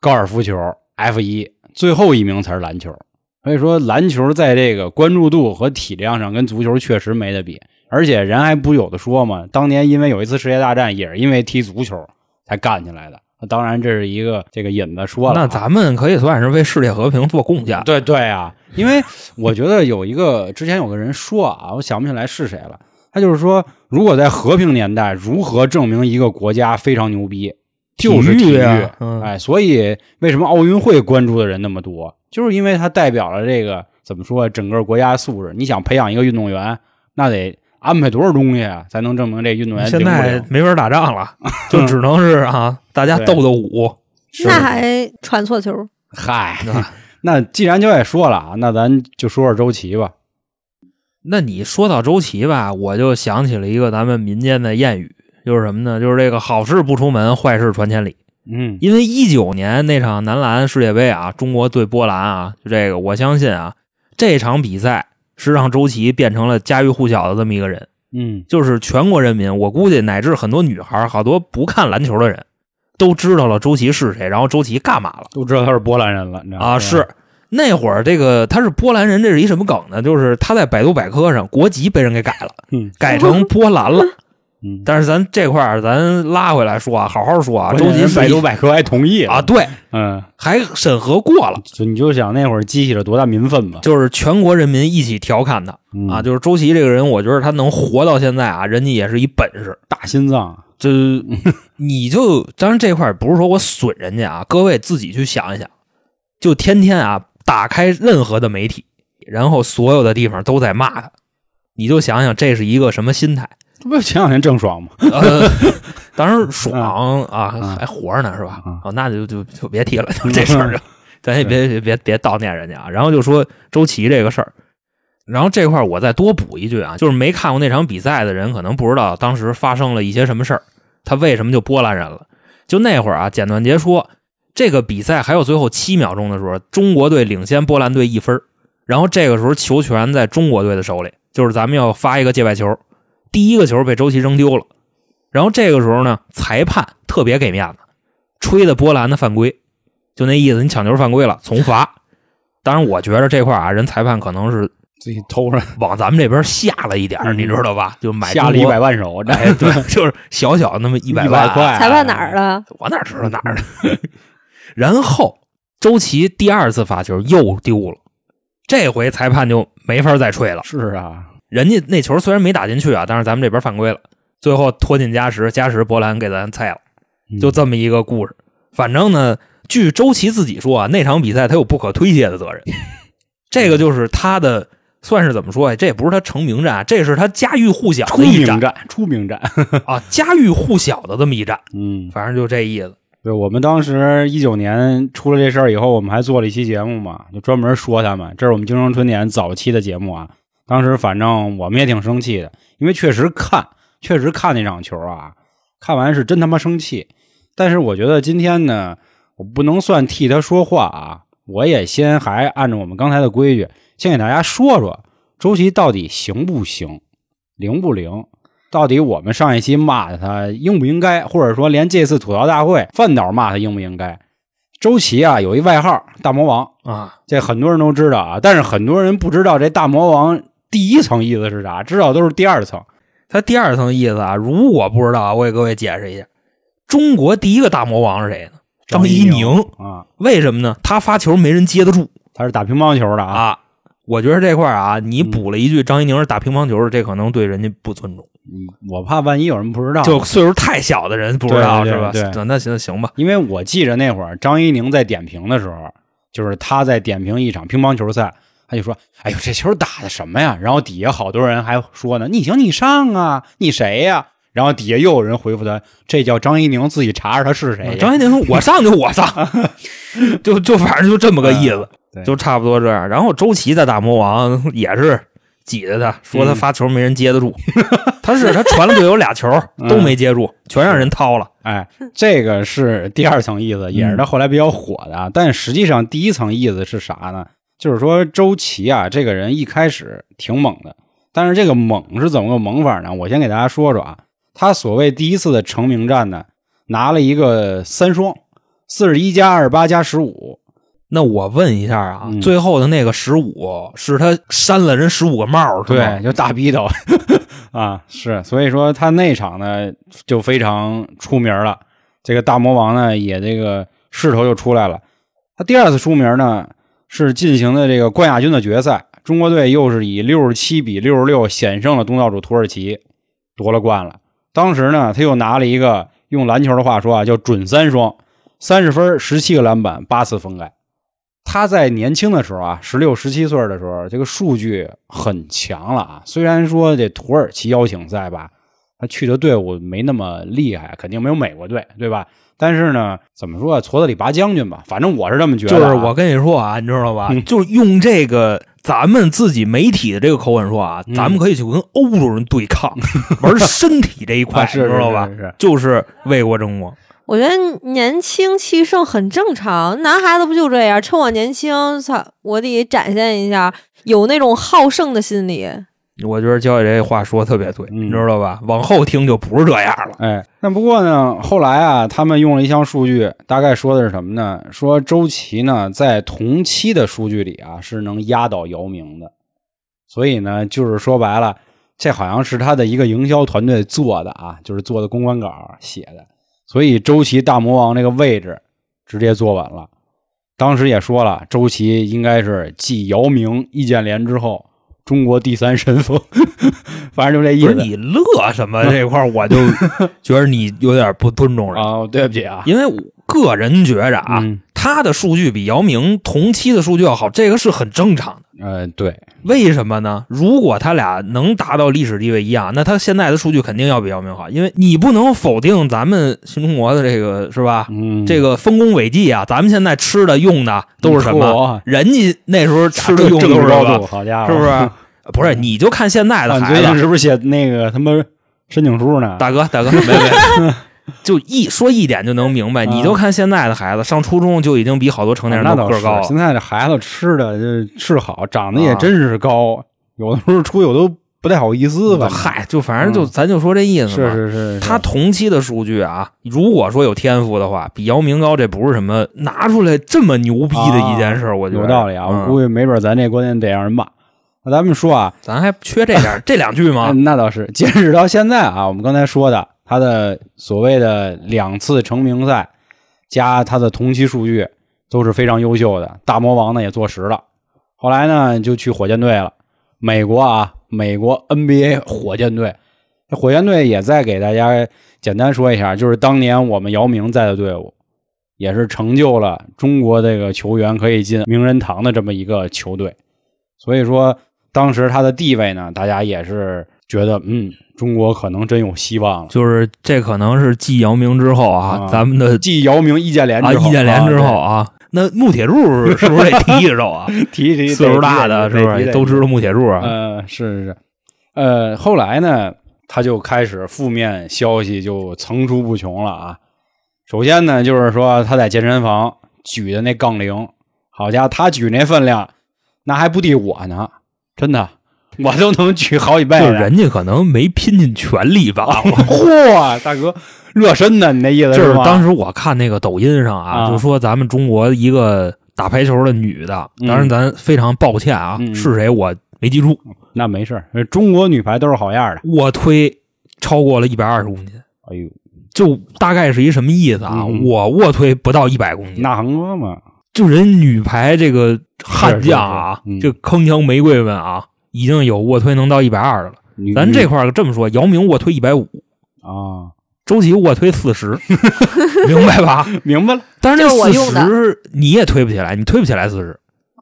Speaker 2: 高尔夫球、F 一，最后一名才是篮球。所以说，篮球在这个关注度和体量上跟足球确实没得比。而且人还不有的说嘛，当年因为有一次世界大战，也是因为踢足球才干起来的。那当然，这是一个这个引子说了啊。
Speaker 3: 那咱们可以算是为世界和平做贡献。
Speaker 2: 对对啊，因为我觉得有一个之前有个人说啊， 我想不起来是谁了，他就是说，如果在和平年代，如何证明一个国家非常牛逼，就是体
Speaker 3: 体
Speaker 2: 育。
Speaker 3: 育啊嗯
Speaker 2: 哎，所以为什么奥运会关注的人那么多，就是因为它代表了这个怎么说整个国家素质。你想培养一个运动员，那得安排多少东西啊，才能证明这运动员
Speaker 3: 现
Speaker 2: 灵不
Speaker 3: 在
Speaker 2: 灵
Speaker 3: 没法打仗 了，就只能是啊，大家斗斗武。
Speaker 4: 那还传错球，
Speaker 2: 嗨
Speaker 3: 对吧，
Speaker 2: 那既然教也说了啊，那咱就说说周琦吧。
Speaker 3: 那你说到周琦吧，我就想起了一个咱们民间的谚语，就是什么呢？就是这个好事不出门，坏事传千里。
Speaker 2: 嗯，
Speaker 3: 因为一九年那场男篮世界杯啊，中国对波兰啊，就这个我相信啊，这场比赛是让周琦变成了家喻户晓的这么一个人。
Speaker 2: 嗯，
Speaker 3: 就是全国人民，我估计乃至很多女孩儿，好多不看篮球的人，都知道了周琦是谁，然后周琦干嘛了
Speaker 2: 都知道他是波兰人了，你知道吗？
Speaker 3: 啊？是那会儿这个他是波兰人，这是一什么梗呢？就是他在百度百科上国籍被人给改了，
Speaker 2: 嗯
Speaker 3: 改成波兰了。
Speaker 2: 嗯，
Speaker 3: 但是咱这块儿咱拉回来说啊，好好说啊，周
Speaker 2: 周
Speaker 3: 琦
Speaker 2: 琦
Speaker 3: 是
Speaker 2: 百度
Speaker 3: 一
Speaker 2: 百科还同意了
Speaker 3: 啊，，对，
Speaker 2: 嗯，
Speaker 3: 还审核过了，
Speaker 2: 就你就想那会儿激起了多大民愤吧？
Speaker 3: 就是全国人民一起调侃他
Speaker 2: 嗯
Speaker 3: 啊，就是周琦这个人，我觉得他能活到现在啊，人家也是一本事。
Speaker 2: 大心脏，
Speaker 3: 就 你就当然这块儿不是说我损人家啊，各位自己去想一想，就天天啊打开任何的媒体，然后所有的地方都在骂他，你就想想这是一个什么心态。
Speaker 2: 这不前两天郑爽吗？
Speaker 3: 呃， 当然爽啊
Speaker 2: 嗯
Speaker 3: 还活着呢是吧
Speaker 2: 嗯？
Speaker 3: 哦，那就就就别提了，就这 事儿就咱也别别别别悼念人家啊。然后就说周琦这个事儿，然后这块儿我再多补一句啊，就是没看过那场比赛的人可能不知道当时发生了一些什么事儿，他为什么就波兰人了？就那会儿啊，简短截说，这个比赛还有最后七秒钟的时候，中国队领先波兰队一分儿，然后这个时候球权在中国队的手里，就是咱们要发一个界外球，第一个球被周琦扔丢了，然后这个时候呢，裁判特别给面子，吹的波兰的犯规，就那意思，你抢球犯规了，重罚。当然，我觉得这块儿啊，人裁判可能是
Speaker 2: 自己偷着
Speaker 3: 往咱们这边下了一点儿，
Speaker 2: 嗯
Speaker 3: 你知道吧？就买
Speaker 2: 下了一
Speaker 3: 中国
Speaker 2: 百，万手，这
Speaker 3: 哎，对，就是小小那么一百万
Speaker 2: 万
Speaker 3: 啊
Speaker 2: 块，
Speaker 4: 裁判哪儿？了？
Speaker 3: 我哪知道哪儿呢？ 然后周琦第二次罚球又丢了，这回裁判就没法再吹了。
Speaker 2: 是啊，
Speaker 3: 人家那球虽然没打进去啊，但是咱们这边犯规了，最后拖进加时，加时波兰给咱菜了，
Speaker 2: 嗯
Speaker 3: 就这么一个故事。反正呢，据周琦自己说啊，那场比赛他有不可推卸的 责任，这个就是他的算是怎么说啊呀、这也不是他成名战，啊这是他家喻户晓
Speaker 2: 出
Speaker 3: 的一
Speaker 2: 名
Speaker 3: 战
Speaker 2: 战，出名战，
Speaker 3: 啊，家喻户晓的这么一战，
Speaker 2: 嗯，
Speaker 3: 反正就这意思。
Speaker 2: 对，我们当时一九年出了这事儿以后，我们还做了一期节目嘛，就专门说他们。这是我们京城春点早期的节目啊。当时反正我们也挺生气的，因为确实看，确实看那场球啊，看完是真他妈生气。但是我觉得今天呢，我不能算替他说话啊，我也先还按照我们刚才的规矩，先给大家说说周琦到底行不行，灵不灵。到底我们上一期骂他应不应该，或者说连这次吐槽大会范导骂他应不应该？周琦啊，有一外号“大魔王
Speaker 3: 啊”，，
Speaker 2: 这很多人都知道啊，但是很多人不知道这“大魔王”第一层意思是啥，知道都是第二层。
Speaker 3: 他第二层意思啊，如果不知道啊，我给各位解释一下，中国第一个大魔王是谁呢？张
Speaker 2: 一
Speaker 3: 怡宁。
Speaker 2: 啊，
Speaker 3: 为什么呢？他发球没人接得住。
Speaker 2: 他是打乒乓球的啊，
Speaker 3: 啊，我觉得这块儿啊，你补了一句张怡宁是打乒乓球的，这可能对人家不尊重。
Speaker 2: 嗯我怕万一有人不知道，
Speaker 3: 就岁数太小的人不知
Speaker 2: 嗯
Speaker 3: 道
Speaker 2: 对对
Speaker 3: 是吧？
Speaker 2: 对
Speaker 3: 那那行行吧，
Speaker 2: 因为我记着那会儿张怡宁在点评的时候，就是他在点评一场乒乓球赛，他就说：“哎呦，这球打的什么呀？”然后底下好多人还说呢：“你行你上啊，你谁呀、然后底下又有人回复他：“这叫张怡宁自己查查他是谁。”
Speaker 3: 啊张怡宁说：“我上就 我上，就就反正就这么个意思，
Speaker 2: 嗯对
Speaker 3: 就差不多这样。”然后周琦在打魔王也是挤兑他，说
Speaker 2: 嗯
Speaker 3: 他发球没人接得住， 他是他传了队友俩球
Speaker 2: 嗯
Speaker 3: 都没接住，全让人掏了。
Speaker 2: 哎，这个是第二层意思，也是他后来比较火的。啊。但实际上，第一层意思是啥呢？就是说周琦啊，这个人一开始挺猛的，但是这个猛是怎么个猛法呢？我先给大家说说啊，他所谓第一次的成名战呢，拿了一个三双，四十一加二十八加十五，
Speaker 3: 那我问一下啊，
Speaker 2: 嗯
Speaker 3: 最后的那个十五是他扇了人十五个帽儿是吗
Speaker 2: 对，？就大逼斗 啊，是，所以说他那场呢就非常出名了。这个大魔王呢也这个势头就出来了。他第二次出名呢是进行的这个冠亚军的决赛，中国队又是以六十七比六十六险胜了东道主土耳其，夺了冠了。当时呢他又拿了一个用篮球的话说啊叫准三双，三十分、十七个篮板、八次封盖。他在年轻的时候啊，十六、十七岁的时候，这个数据很强了啊。虽然说这土耳其邀请赛吧，他去的队伍没那么厉害，肯定没有美国队，对吧？但是呢，怎么说啊，矬子里拔将军吧，反正我是这么觉得、
Speaker 3: 就
Speaker 2: 啊。
Speaker 3: 是我跟你说啊，你知道吧？
Speaker 2: 嗯
Speaker 3: 就是用这个咱们自己媒体的这个口吻说啊，
Speaker 2: 嗯
Speaker 3: 咱们可以去跟欧洲人对 抗，玩身体这一块，
Speaker 2: 啊是是
Speaker 3: 你知道吧？
Speaker 2: 是是
Speaker 3: 就是为国争光。
Speaker 4: 我觉得年轻气盛很正常，男孩子不就这样？趁我年轻，操，我得展现一下，有那种好胜的心理。
Speaker 3: 我觉得焦姐这话说得特别对，
Speaker 2: 嗯
Speaker 3: 你知道吧？往后听就不是这样了。
Speaker 2: 哎，那不过呢，后来啊，他们用了一项数据，大概说的是什么呢？说周琦呢，在同期的数据里啊，是能压倒姚明的。所以呢，就是说白了，这好像是他的一个营销团队做的啊，就是做的公关稿写的。所以周琦大魔王这个位置直接坐稳了。当时也说了，周琦应该是继姚明、易建联之后，中国第三神锋， 反正就这意
Speaker 3: 不是
Speaker 2: 思
Speaker 3: 你乐什么这块 儿，我就觉得你有点不尊重人，
Speaker 2: 啊、对不起啊，
Speaker 3: 因为我个人觉着啊，
Speaker 2: 嗯
Speaker 3: 他的数据比姚明同期的数据要好，这个是很正常的。
Speaker 2: 呃，对，
Speaker 3: 为什么呢？如果他俩能达到历史地位一样，那他现在的数据肯定要比姚明好，因为你不能否定咱们新中国的这个是吧？
Speaker 2: 嗯，
Speaker 3: 这个丰功伟绩啊，咱们现在吃的用的都是什
Speaker 2: 嗯
Speaker 3: 么？
Speaker 2: 错
Speaker 3: 人家那时候吃的
Speaker 2: 这
Speaker 3: 用的
Speaker 2: 政
Speaker 3: 都
Speaker 2: 治
Speaker 3: 是
Speaker 2: 高
Speaker 3: 什
Speaker 2: 度，
Speaker 3: 么？
Speaker 2: 好家伙，
Speaker 3: 是不是？不是，你就看现在
Speaker 2: 啊
Speaker 3: 的
Speaker 2: 你
Speaker 3: 孩
Speaker 2: 最
Speaker 3: 子
Speaker 2: 近，是不是写那个他妈申请书呢？
Speaker 3: 大哥，大哥，没没，就一说一点就能明白。
Speaker 2: 啊
Speaker 3: 你就看现在的孩子，上初中就已经比好多成年
Speaker 2: 那
Speaker 3: 人都
Speaker 2: 倒
Speaker 3: 个儿
Speaker 2: 是
Speaker 3: 高，
Speaker 2: 现
Speaker 3: 了。
Speaker 2: 在这孩子吃的这是好，长得也
Speaker 3: 啊
Speaker 2: 真是高，有的时候出去我都不太好意思吧。
Speaker 3: 嗨，就反正就
Speaker 2: 嗯
Speaker 3: 咱就说这意思嘛。
Speaker 2: 是是是，是
Speaker 3: 他同期的数据啊，如果说有天赋的话，比姚明高，这不是什么拿出来这么牛逼的一件事儿。我觉得
Speaker 2: 有道理啊，我
Speaker 3: 嗯
Speaker 2: 估计没准咱这观点得让人骂。那咱们说啊，
Speaker 3: 咱还缺这点这两句吗？
Speaker 2: 嗯那倒是，截止到现在啊，我们刚才说的他的所谓的两次成名赛加他的同期数据都是非常优秀的，大魔王呢也坐实了。后来呢就去火箭队了，美国啊，美国 NBA 火箭队，这火箭队也再给大家简单说一下，就是当年我们姚明在的队伍，也是成就了中国这个球员可以进名人堂的这么一个球队。所以说，当时他的地位呢，大家也是觉得，嗯，中国可能真有希望了。
Speaker 3: 就是这可能是继姚明之后啊，
Speaker 2: 啊
Speaker 3: 咱们的
Speaker 2: 继姚明、易建联
Speaker 3: 啊
Speaker 2: 之后，
Speaker 3: 易建联之后啊，那穆铁柱是不是得提一 手啊？
Speaker 2: 对提提
Speaker 3: 岁数大的是不是都知
Speaker 2: 道？
Speaker 3: 道穆铁柱啊？
Speaker 2: 呃，是是是，呃，后来呢，他就开始负面消息就层出不穷了啊。首先呢，就是说他在健身房举的那杠铃，好家伙，他举那分量，那还不敌我呢，真的， 我都能举好几倍
Speaker 3: 就
Speaker 2: 呢。
Speaker 3: 是人家可能没拼尽全力
Speaker 2: 啊
Speaker 3: 吧。我
Speaker 2: 嚯，大哥，热身呢？你那意思
Speaker 3: 就是
Speaker 2: 吗？
Speaker 3: 当时我看那个抖音上啊，
Speaker 2: 啊
Speaker 3: 就说咱们中国一个打排球的女的，
Speaker 2: 嗯
Speaker 3: 当然咱非常抱歉啊，
Speaker 2: 嗯
Speaker 3: 是谁我没记住。
Speaker 2: 那没事儿，中国女排都是好样的。
Speaker 3: 卧推超过了一百二十公斤，
Speaker 2: 哎呦，
Speaker 3: 就大概是一什么意思啊？
Speaker 2: 嗯
Speaker 3: 我卧推不到一百公斤，
Speaker 2: 那横哥嘛，
Speaker 3: 就人女排这个悍将啊，
Speaker 2: 是是是嗯
Speaker 3: 这铿锵玫瑰们啊，已经有卧推能到一百二的了。
Speaker 2: 女
Speaker 3: 咱这块儿这么说，姚明卧推一百五，
Speaker 2: 啊，
Speaker 3: 周琦卧推四十， 明白 吧？
Speaker 2: 明白了。
Speaker 3: 但是这
Speaker 4: 这是我
Speaker 3: 四
Speaker 4: 用的哦
Speaker 3: 十你也推不起来，你推不起来四十。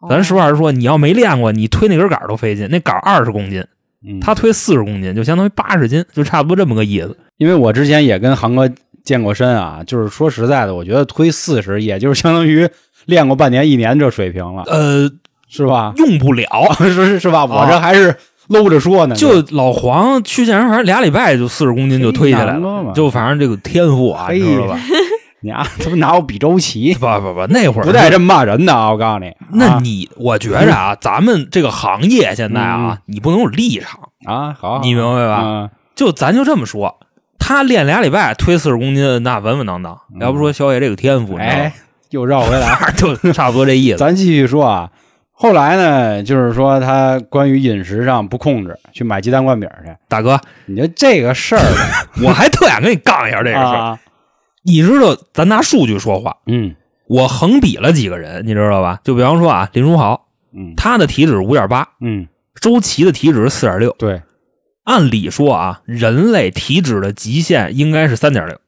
Speaker 3: 咱实话实说，你要没练过，你推那根杆儿都费劲，那杆二十公斤，
Speaker 2: 嗯
Speaker 3: 他推四十公斤，就相当于八十斤，就差不多这么个意思。
Speaker 2: 因为我之前也跟航哥健过身啊，就是说实在的，我觉得推四十，也就是相当于练过半年、一年这水平了，
Speaker 3: 呃，
Speaker 2: 是吧？
Speaker 3: 用不了，
Speaker 2: 是是是吧？我这
Speaker 3: 啊
Speaker 2: 还是搂着说呢，
Speaker 3: 就老黄去健身房俩礼拜就四十公斤就推下 来
Speaker 2: 嘿难
Speaker 3: 了
Speaker 2: 了，
Speaker 3: 就反正这个天赋啊，
Speaker 2: 嘿
Speaker 3: 你知道吧？
Speaker 2: 你啊，他妈拿我比周琦，
Speaker 3: 不不不，那会儿
Speaker 2: 不带这么骂人的啊！我告诉你，
Speaker 3: 那
Speaker 2: 啊
Speaker 3: 你我觉着啊，咱们这个行业现在啊，你不能有立场，
Speaker 2: 嗯啊，好，
Speaker 3: 你明白吧？
Speaker 2: 吧？
Speaker 3: 就咱就这么说，他练俩礼拜推四十公斤，那稳稳当当。
Speaker 2: 嗯
Speaker 3: 要不说肖爷这个天赋，你知道吗
Speaker 2: 哎，又绕回 来。
Speaker 3: 就差不多这意思。
Speaker 2: 咱继续说啊，后来呢，就是说他关于饮食上不控制，去买鸡蛋灌饼去。
Speaker 3: 大哥，
Speaker 2: 你说这个事儿吧
Speaker 3: 我还特想跟你杠一 下这个事儿。
Speaker 2: 啊，
Speaker 3: 你知道，咱拿数据说话，
Speaker 2: 嗯
Speaker 3: 我横比了几个人，你知道吧？就比方说啊，林书豪，
Speaker 2: 嗯
Speaker 3: 他的体脂五点八，
Speaker 2: 嗯，
Speaker 3: 周琦的体脂是四点六。
Speaker 2: 对，
Speaker 3: 按理说啊，人类体脂的极限应该是三点六，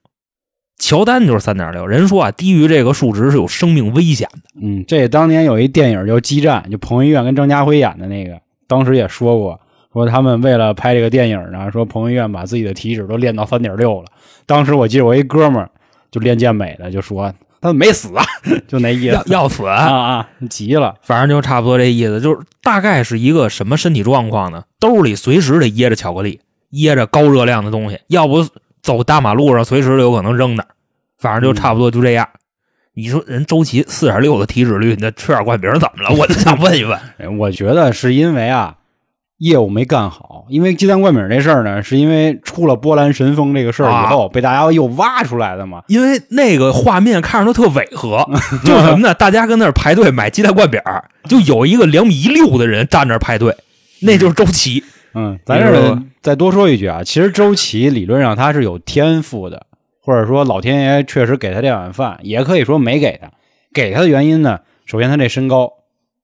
Speaker 3: 乔丹就是三点六。人说啊，低于这个数值是有生命危险的。
Speaker 2: 嗯，这当年有一电影叫《激战》，就彭于晏跟张家辉演的那个，当时也说过，说他们为了拍这个电影呢，说彭于晏把自己的体脂都练到三点六了。当时我记得我一哥们儿就练健美的，就说他没死啊， 就那意
Speaker 3: 要
Speaker 2: 思
Speaker 3: 要死，
Speaker 2: 啊啊，急了，
Speaker 3: 反正就差不多这意思，就是大概是一个什么身体状况呢？兜里随时得掖着巧克力，掖着高热量的东西，要不走大马路上随时都有可能扔那儿。反正就差不多就这样。你说人周琦四点六的体脂率，你这吃点灌饼怎么了？我就想问一问。
Speaker 2: 哎我觉得是因为啊，业务没干好，因为鸡蛋灌饼这事儿呢，是因为出了波兰神风这个事儿以后，
Speaker 3: 啊
Speaker 2: 被大家又挖出来的嘛。
Speaker 3: 因为那个画面看着都特违 和，就是什么呢？大家跟那儿排队买鸡蛋灌饼儿，就有一个两米一六的人站那儿排队，那就是周琦。
Speaker 2: 嗯，咱
Speaker 3: 比
Speaker 2: 这
Speaker 3: 如说
Speaker 2: 儿再多说一句啊，其实周琦理论上他是有天赋的，或者说老天爷确实给他这碗饭，也可以说没给他。给他的原因呢，首先他这身高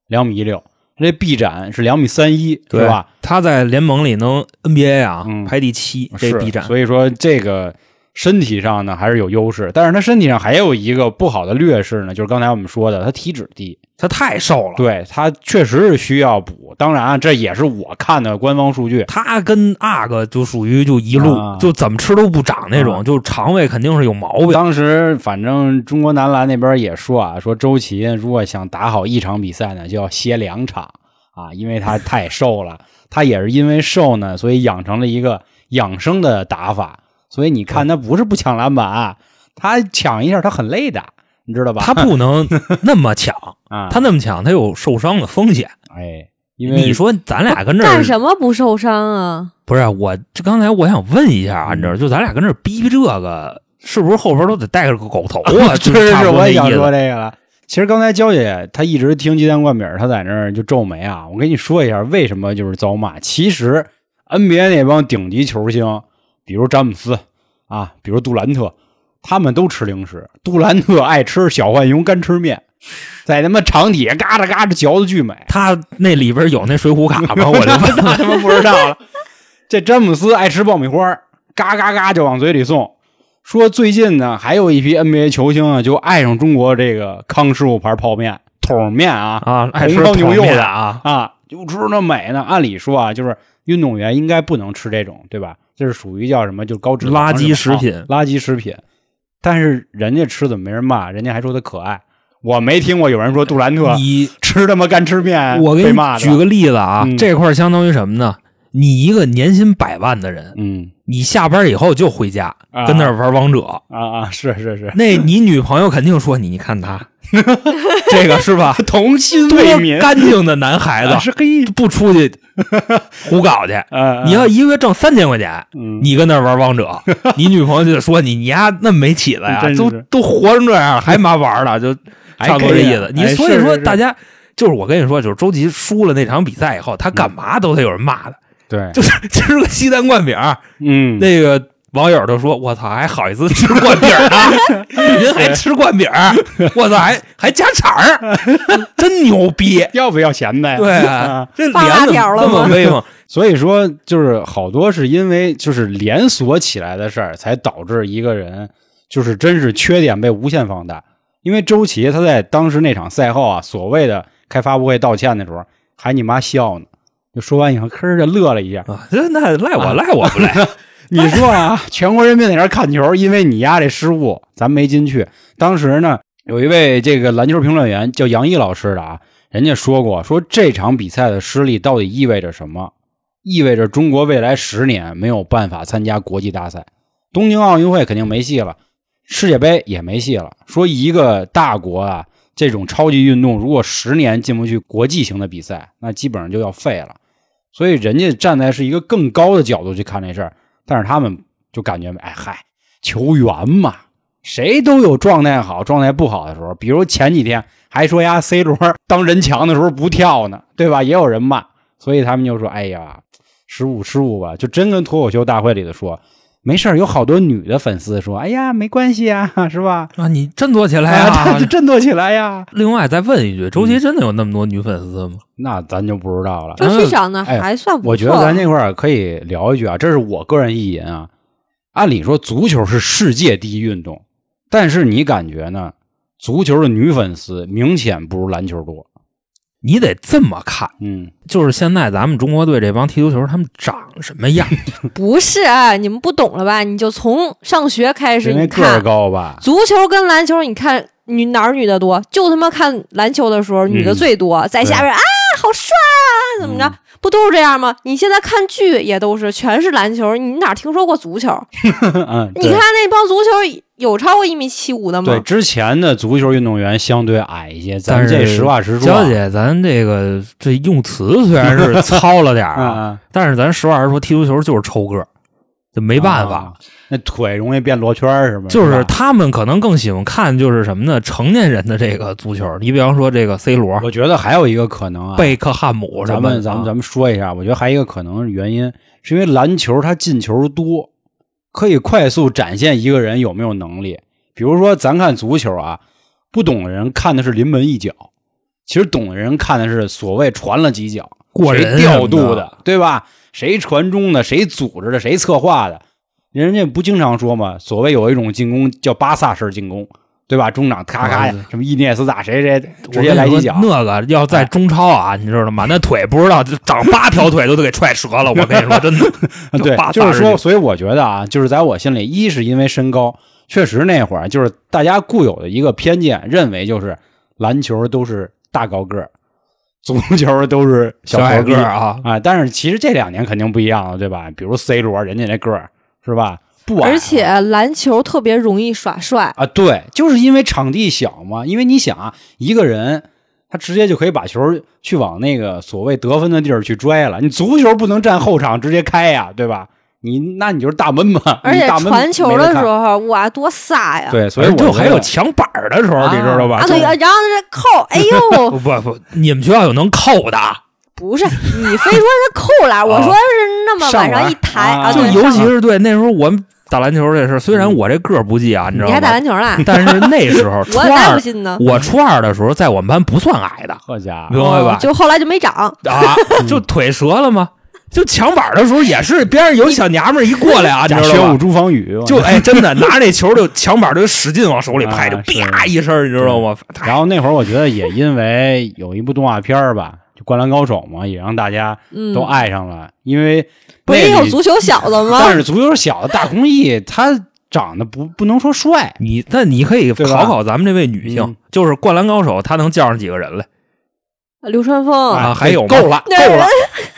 Speaker 2: 两米一六，他这臂展是两米三一，是吧？？
Speaker 3: 他在联盟里能 NBA 啊、
Speaker 2: 嗯
Speaker 3: 排第七，这
Speaker 2: 是，
Speaker 3: B 站
Speaker 2: 所以说这个身体上呢还是有优势，但是他身体上还有一个不好的劣势呢，就是刚才我们说的，他体脂低，
Speaker 3: 他太瘦了。
Speaker 2: 对他确实是需要补。当然啊，这也是我看的官方数据。
Speaker 3: 他跟阿哥就属于就一路、
Speaker 2: 啊
Speaker 3: 就怎么吃都不长那种，
Speaker 2: 啊
Speaker 3: 就肠胃肯定是有毛病。
Speaker 2: 当时反正中国男篮那边也说啊，说周琦如果想打好一场比赛呢，就要歇两场啊，因为他太瘦了。 他也是因为瘦呢，所以养成了一个养生的打法。所以你看，他不是不抢篮板，啊他抢一下他很累的，你知道吧？
Speaker 3: 他不 能那么抢，
Speaker 2: 啊，
Speaker 3: 他那么抢，他有受伤的风险。
Speaker 2: 哎，因为
Speaker 3: 你说咱俩跟这儿
Speaker 4: 干什么不受伤啊？
Speaker 3: 不是我，这刚才我想问一下，啊
Speaker 2: 嗯
Speaker 3: 安哲，就咱俩跟这儿逼逼这个，是不是后边都得带着个狗头啊？
Speaker 2: 是
Speaker 3: 就是差不
Speaker 2: 是，
Speaker 3: 多
Speaker 2: 我
Speaker 3: 那
Speaker 2: 也想
Speaker 3: 意
Speaker 2: 说
Speaker 3: 思。
Speaker 2: 这个了。其实刚才娇姐她一直听鸡蛋灌饼，她在那儿就皱眉啊。我跟你说一下为什么就是遭骂。其实 NBA 那帮顶级球星，比如詹姆斯啊，比如杜兰特，他们都吃零食。杜兰特爱吃小浣熊干吃面，在他妈场底下嘎吱嘎吱嚼的巨美。
Speaker 3: 他那里边有那水浒卡吗？ 我就 问
Speaker 2: 那他妈不知道了。这詹姆斯爱吃爆米花儿，嘎嘎嘎就往嘴里送。说最近呢，还有一批 NBA 球星啊，就爱上中国这个康师傅牌泡面、桶面啊
Speaker 3: 啊，爱吃
Speaker 2: 红烧牛
Speaker 3: 泡
Speaker 2: 肉
Speaker 3: 面
Speaker 2: 的
Speaker 3: 啊，
Speaker 2: 啊，就吃那美呢。按理说啊，就是运动员应该不能吃这种，对吧？这是属于叫什么？就高脂
Speaker 3: 垃
Speaker 2: 肪
Speaker 3: 圾
Speaker 2: 什么
Speaker 3: 食品
Speaker 2: 啊垃圾食品。但是人家吃怎么没人骂？人家还说他可爱。我没听过有人说杜兰特
Speaker 3: 你
Speaker 2: 吃他妈干吃面
Speaker 3: 我给
Speaker 2: 哎被
Speaker 3: 你
Speaker 2: 骂的。
Speaker 3: 举个例子啊，
Speaker 2: 嗯
Speaker 3: 这块儿相当于什么呢？你一个年薪百万的人，
Speaker 2: 嗯
Speaker 3: 你下班以后就回家
Speaker 2: 啊
Speaker 3: 跟那儿玩王 者，
Speaker 2: 啊啊，是是是，
Speaker 3: 那你女朋友肯定说你，你看他 这个是吧？
Speaker 2: 童心
Speaker 3: 多
Speaker 2: 未泯，
Speaker 3: 干净的男孩
Speaker 2: 啊
Speaker 3: 子，
Speaker 2: 是黑
Speaker 3: 不出去胡搞去。
Speaker 2: 啊！
Speaker 3: 你要一个月挣三千块钱，
Speaker 2: 嗯
Speaker 3: 你跟那儿玩王 者，你女朋友就得说你，你丫那么没起子呀
Speaker 2: 真，是
Speaker 3: 都都活成这样，还妈玩呢，就
Speaker 2: 还
Speaker 3: 差不多这意思
Speaker 2: 可。以
Speaker 3: 你
Speaker 2: 哎
Speaker 3: 所以
Speaker 2: 是
Speaker 3: 说
Speaker 2: 是是
Speaker 3: 大家就是我跟你说，就是周琦输了那场比赛以后，他干嘛都得有人骂他，
Speaker 2: 对，
Speaker 3: 就是 吃个鸡蛋灌饼，
Speaker 2: 嗯，
Speaker 3: 那个。网友都说：“我操，还好意思吃灌饼 呢？您啊还吃灌饼？我操，还还加肠儿，真牛逼！
Speaker 2: 要不要钱的呀？
Speaker 3: 对 啊，这
Speaker 4: 发
Speaker 3: 脸怎
Speaker 4: 辣条
Speaker 3: 么
Speaker 4: 了
Speaker 3: 这么
Speaker 4: 吗
Speaker 3: 威风？
Speaker 2: 所以说就是好多是因为就是连锁起来的事儿，才导致一个人就是真是缺点被无限放大。因为周琦他在当时那场赛后啊，所谓的开发布会道歉的时候，还你妈笑呢，就说完以后，吭儿就乐了一下。
Speaker 3: 啊，这那赖我赖我不赖，
Speaker 2: 你说啊，全国人民在那儿看球，因为你丫这失误，咱没进去。当时呢，有一位这个篮球评论员叫杨毅老师的啊，人家说过，说这场比赛的失利到底意味着什么？意味着中国未来十年没有办法参加国际大赛，东京奥运会肯定没戏了，世界杯也没戏了。说一个大国啊，这种超级运动如果十年进不去国际型的比赛，那基本上就要废了。所以人家站在是一个更高的角度去看这事儿，但是他们就感觉哎嗨，球员嘛，谁都有状态好、状态不好的时候。比如前几天还说呀，C 罗当人墙的时候不跳呢，对吧？也有人骂，所以他们就说：“哎呀，失误失误吧。”就真跟脱口秀大会里的说，没事儿，有好多女的粉丝说：“哎呀，没关系啊，是吧？
Speaker 3: 啊，你振作起来
Speaker 2: 哎 呀，
Speaker 3: 啊
Speaker 2: 他！就振作起来呀。
Speaker 3: 另外再问一句，
Speaker 2: 嗯
Speaker 3: 周杰真的有那么多女粉丝吗？”
Speaker 2: 那咱就不知道了。
Speaker 4: 周琦长得
Speaker 2: 哎
Speaker 4: 还 算不错。
Speaker 2: 我觉得咱这块儿可以聊一句啊，这是我个人意淫啊。按理说，足球是世界第一运动，但是你感觉呢？足球的女粉丝明显不如篮球多。
Speaker 3: 你得这么看，
Speaker 2: 嗯，
Speaker 3: 就是现在咱们中国队这帮踢足球，他们长什么样？
Speaker 4: 不是啊，你们不懂了吧？你就从上学开始，
Speaker 2: 因为
Speaker 4: 你
Speaker 2: 个儿
Speaker 4: 看
Speaker 2: 高吧？
Speaker 4: 足球跟篮球，你看女哪儿女的多？就他妈看篮球的时候，女的最多，在下边啊，好帅啊，怎么着？
Speaker 2: 嗯
Speaker 4: 不都是这样吗？你现在看剧也都是全是篮球，你哪听说过足球？
Speaker 2: 嗯，
Speaker 4: 你
Speaker 2: 对
Speaker 4: 看那帮足球有超过一米七五的
Speaker 2: 对
Speaker 4: 吗？
Speaker 2: 之前的足球运动员相对矮一些， 咱
Speaker 3: 但
Speaker 2: 们
Speaker 3: 是
Speaker 2: 这实话实说啊。
Speaker 3: 娇姐，咱这个这用词虽然是糙了点儿
Speaker 2: 啊
Speaker 3: 啊，
Speaker 2: 啊，
Speaker 3: 但是咱实话实说，踢足球就是抽个儿，就没
Speaker 2: 啊没
Speaker 3: 办法。
Speaker 2: 那腿容易变罗圈儿是吗？
Speaker 3: 就是
Speaker 2: 吧
Speaker 3: 他们可能更喜欢看就是什么呢？成年人的这个足球，你比方说这个 C 罗、
Speaker 2: 我觉得还有一个可能啊，
Speaker 3: 贝克汉姆什
Speaker 2: 咱
Speaker 3: 么的
Speaker 2: 们
Speaker 3: 啊，
Speaker 2: 咱们咱们说一下，我觉得还有一个可能原因是因为篮球它进球多，可以快速展现一个人有没有能力。比如说，咱看足球啊，不懂的人看的是临门一脚，其实懂的人看的是所谓传了几脚，
Speaker 3: 过
Speaker 2: 谁
Speaker 3: 人啊什
Speaker 2: 调
Speaker 3: 么
Speaker 2: 度，的，对吧？谁传中的，谁组织的，谁策划的。人家不经常说嘛，所谓有一种进攻叫巴萨式进攻，对吧？中场咔咔
Speaker 3: 啊对
Speaker 2: 什么伊涅斯塔谁谁直
Speaker 3: 我
Speaker 2: 接
Speaker 3: 跟
Speaker 2: 来
Speaker 3: 你
Speaker 2: 几
Speaker 3: 说
Speaker 2: 脚，，
Speaker 3: 那个要在中超啊，你知道吗？那腿不知道就长八条腿都得给踹折了。我跟你说，真的
Speaker 2: 对，
Speaker 3: 八
Speaker 2: 就是说，
Speaker 3: 八十
Speaker 2: 所以我觉得啊，就是在我心里，一是因为身高，确实那会儿就是大家固有的一个偏见，认为就是篮球都是大高个儿，足球都是
Speaker 3: 小
Speaker 2: 小
Speaker 3: 矮
Speaker 2: 头
Speaker 3: 个
Speaker 2: 个
Speaker 3: 儿啊，
Speaker 2: 啊。但是其实这两年肯定不一样了，对吧？比如 C 罗，人家那个儿是吧，不矮啊，
Speaker 4: 而且篮球特别容易耍帅，
Speaker 2: 啊，对，就是因为场地小嘛，因为你想啊，一个人他直接就可以把球去往那个所谓得分的地儿去拽了。你足球不能站后场直接开呀，对吧？你那你就是大闷嘛，
Speaker 4: 而
Speaker 2: 你
Speaker 4: 且
Speaker 2: 大闷
Speaker 4: 传球
Speaker 2: 没得
Speaker 4: 的
Speaker 2: 看
Speaker 4: 时，候，哇，多飒呀！
Speaker 2: 对，所以
Speaker 3: 而
Speaker 2: 我
Speaker 3: 哎就还有
Speaker 2: 觉
Speaker 3: 抢板儿的时候，
Speaker 2: 啊
Speaker 3: 你知道吧？
Speaker 4: 啊，
Speaker 3: 就
Speaker 4: 对，然后这 扣，哎呦，
Speaker 3: 不不，你们学校有能扣的，
Speaker 4: 啊不是，你非说是扣篮，我说是那么往上一抬
Speaker 2: 啊上篮啊
Speaker 4: 啊，
Speaker 3: 就
Speaker 4: 对
Speaker 3: 尤其
Speaker 4: 上篮
Speaker 3: 是对那时候我们打篮球这事儿，虽
Speaker 2: 嗯
Speaker 3: 然我这个儿不济啊，你知
Speaker 4: 你
Speaker 3: 道
Speaker 4: 还打
Speaker 3: 吗？？
Speaker 4: 篮球啦
Speaker 3: 但是那时候初
Speaker 4: 我哪有
Speaker 3: 二，
Speaker 4: 信呢？
Speaker 3: 我初二的时候，在我们班不算矮的
Speaker 2: 好家
Speaker 3: 明白吧
Speaker 4: 哦就后来就没长。
Speaker 3: 啊，
Speaker 2: 嗯
Speaker 3: 就腿折了吗？就抢板儿的时候也是，边上有小娘们儿一过来啊，你
Speaker 2: 贾
Speaker 3: 知
Speaker 2: 玄
Speaker 3: 道
Speaker 2: 武
Speaker 3: 吗？
Speaker 2: 朱防雨，我
Speaker 3: 就哎，真的拿着那球就抢板儿就使劲往手里拍，
Speaker 2: 哦啊
Speaker 3: 就是啪一声，你知道吗？太
Speaker 2: 然后那会儿我觉得也因为有一部动画片儿吧，就《灌篮高手》嘛，也让大家
Speaker 4: 嗯，
Speaker 3: 啊
Speaker 2: 都爱上了，因为
Speaker 4: 不也
Speaker 2: 那
Speaker 4: 有
Speaker 2: 里
Speaker 4: 足球小子吗
Speaker 2: 但？是足球小的大空翼，他长得不不能说帅，
Speaker 3: 你那你可以
Speaker 2: 对吧
Speaker 3: 考考咱们这位女性
Speaker 2: 嗯，
Speaker 3: 就是灌篮高手，她能叫上几个人来
Speaker 4: 流川枫，
Speaker 3: 啊？
Speaker 2: 哎
Speaker 3: 还有吗
Speaker 2: 够了，
Speaker 4: 那
Speaker 2: 够了。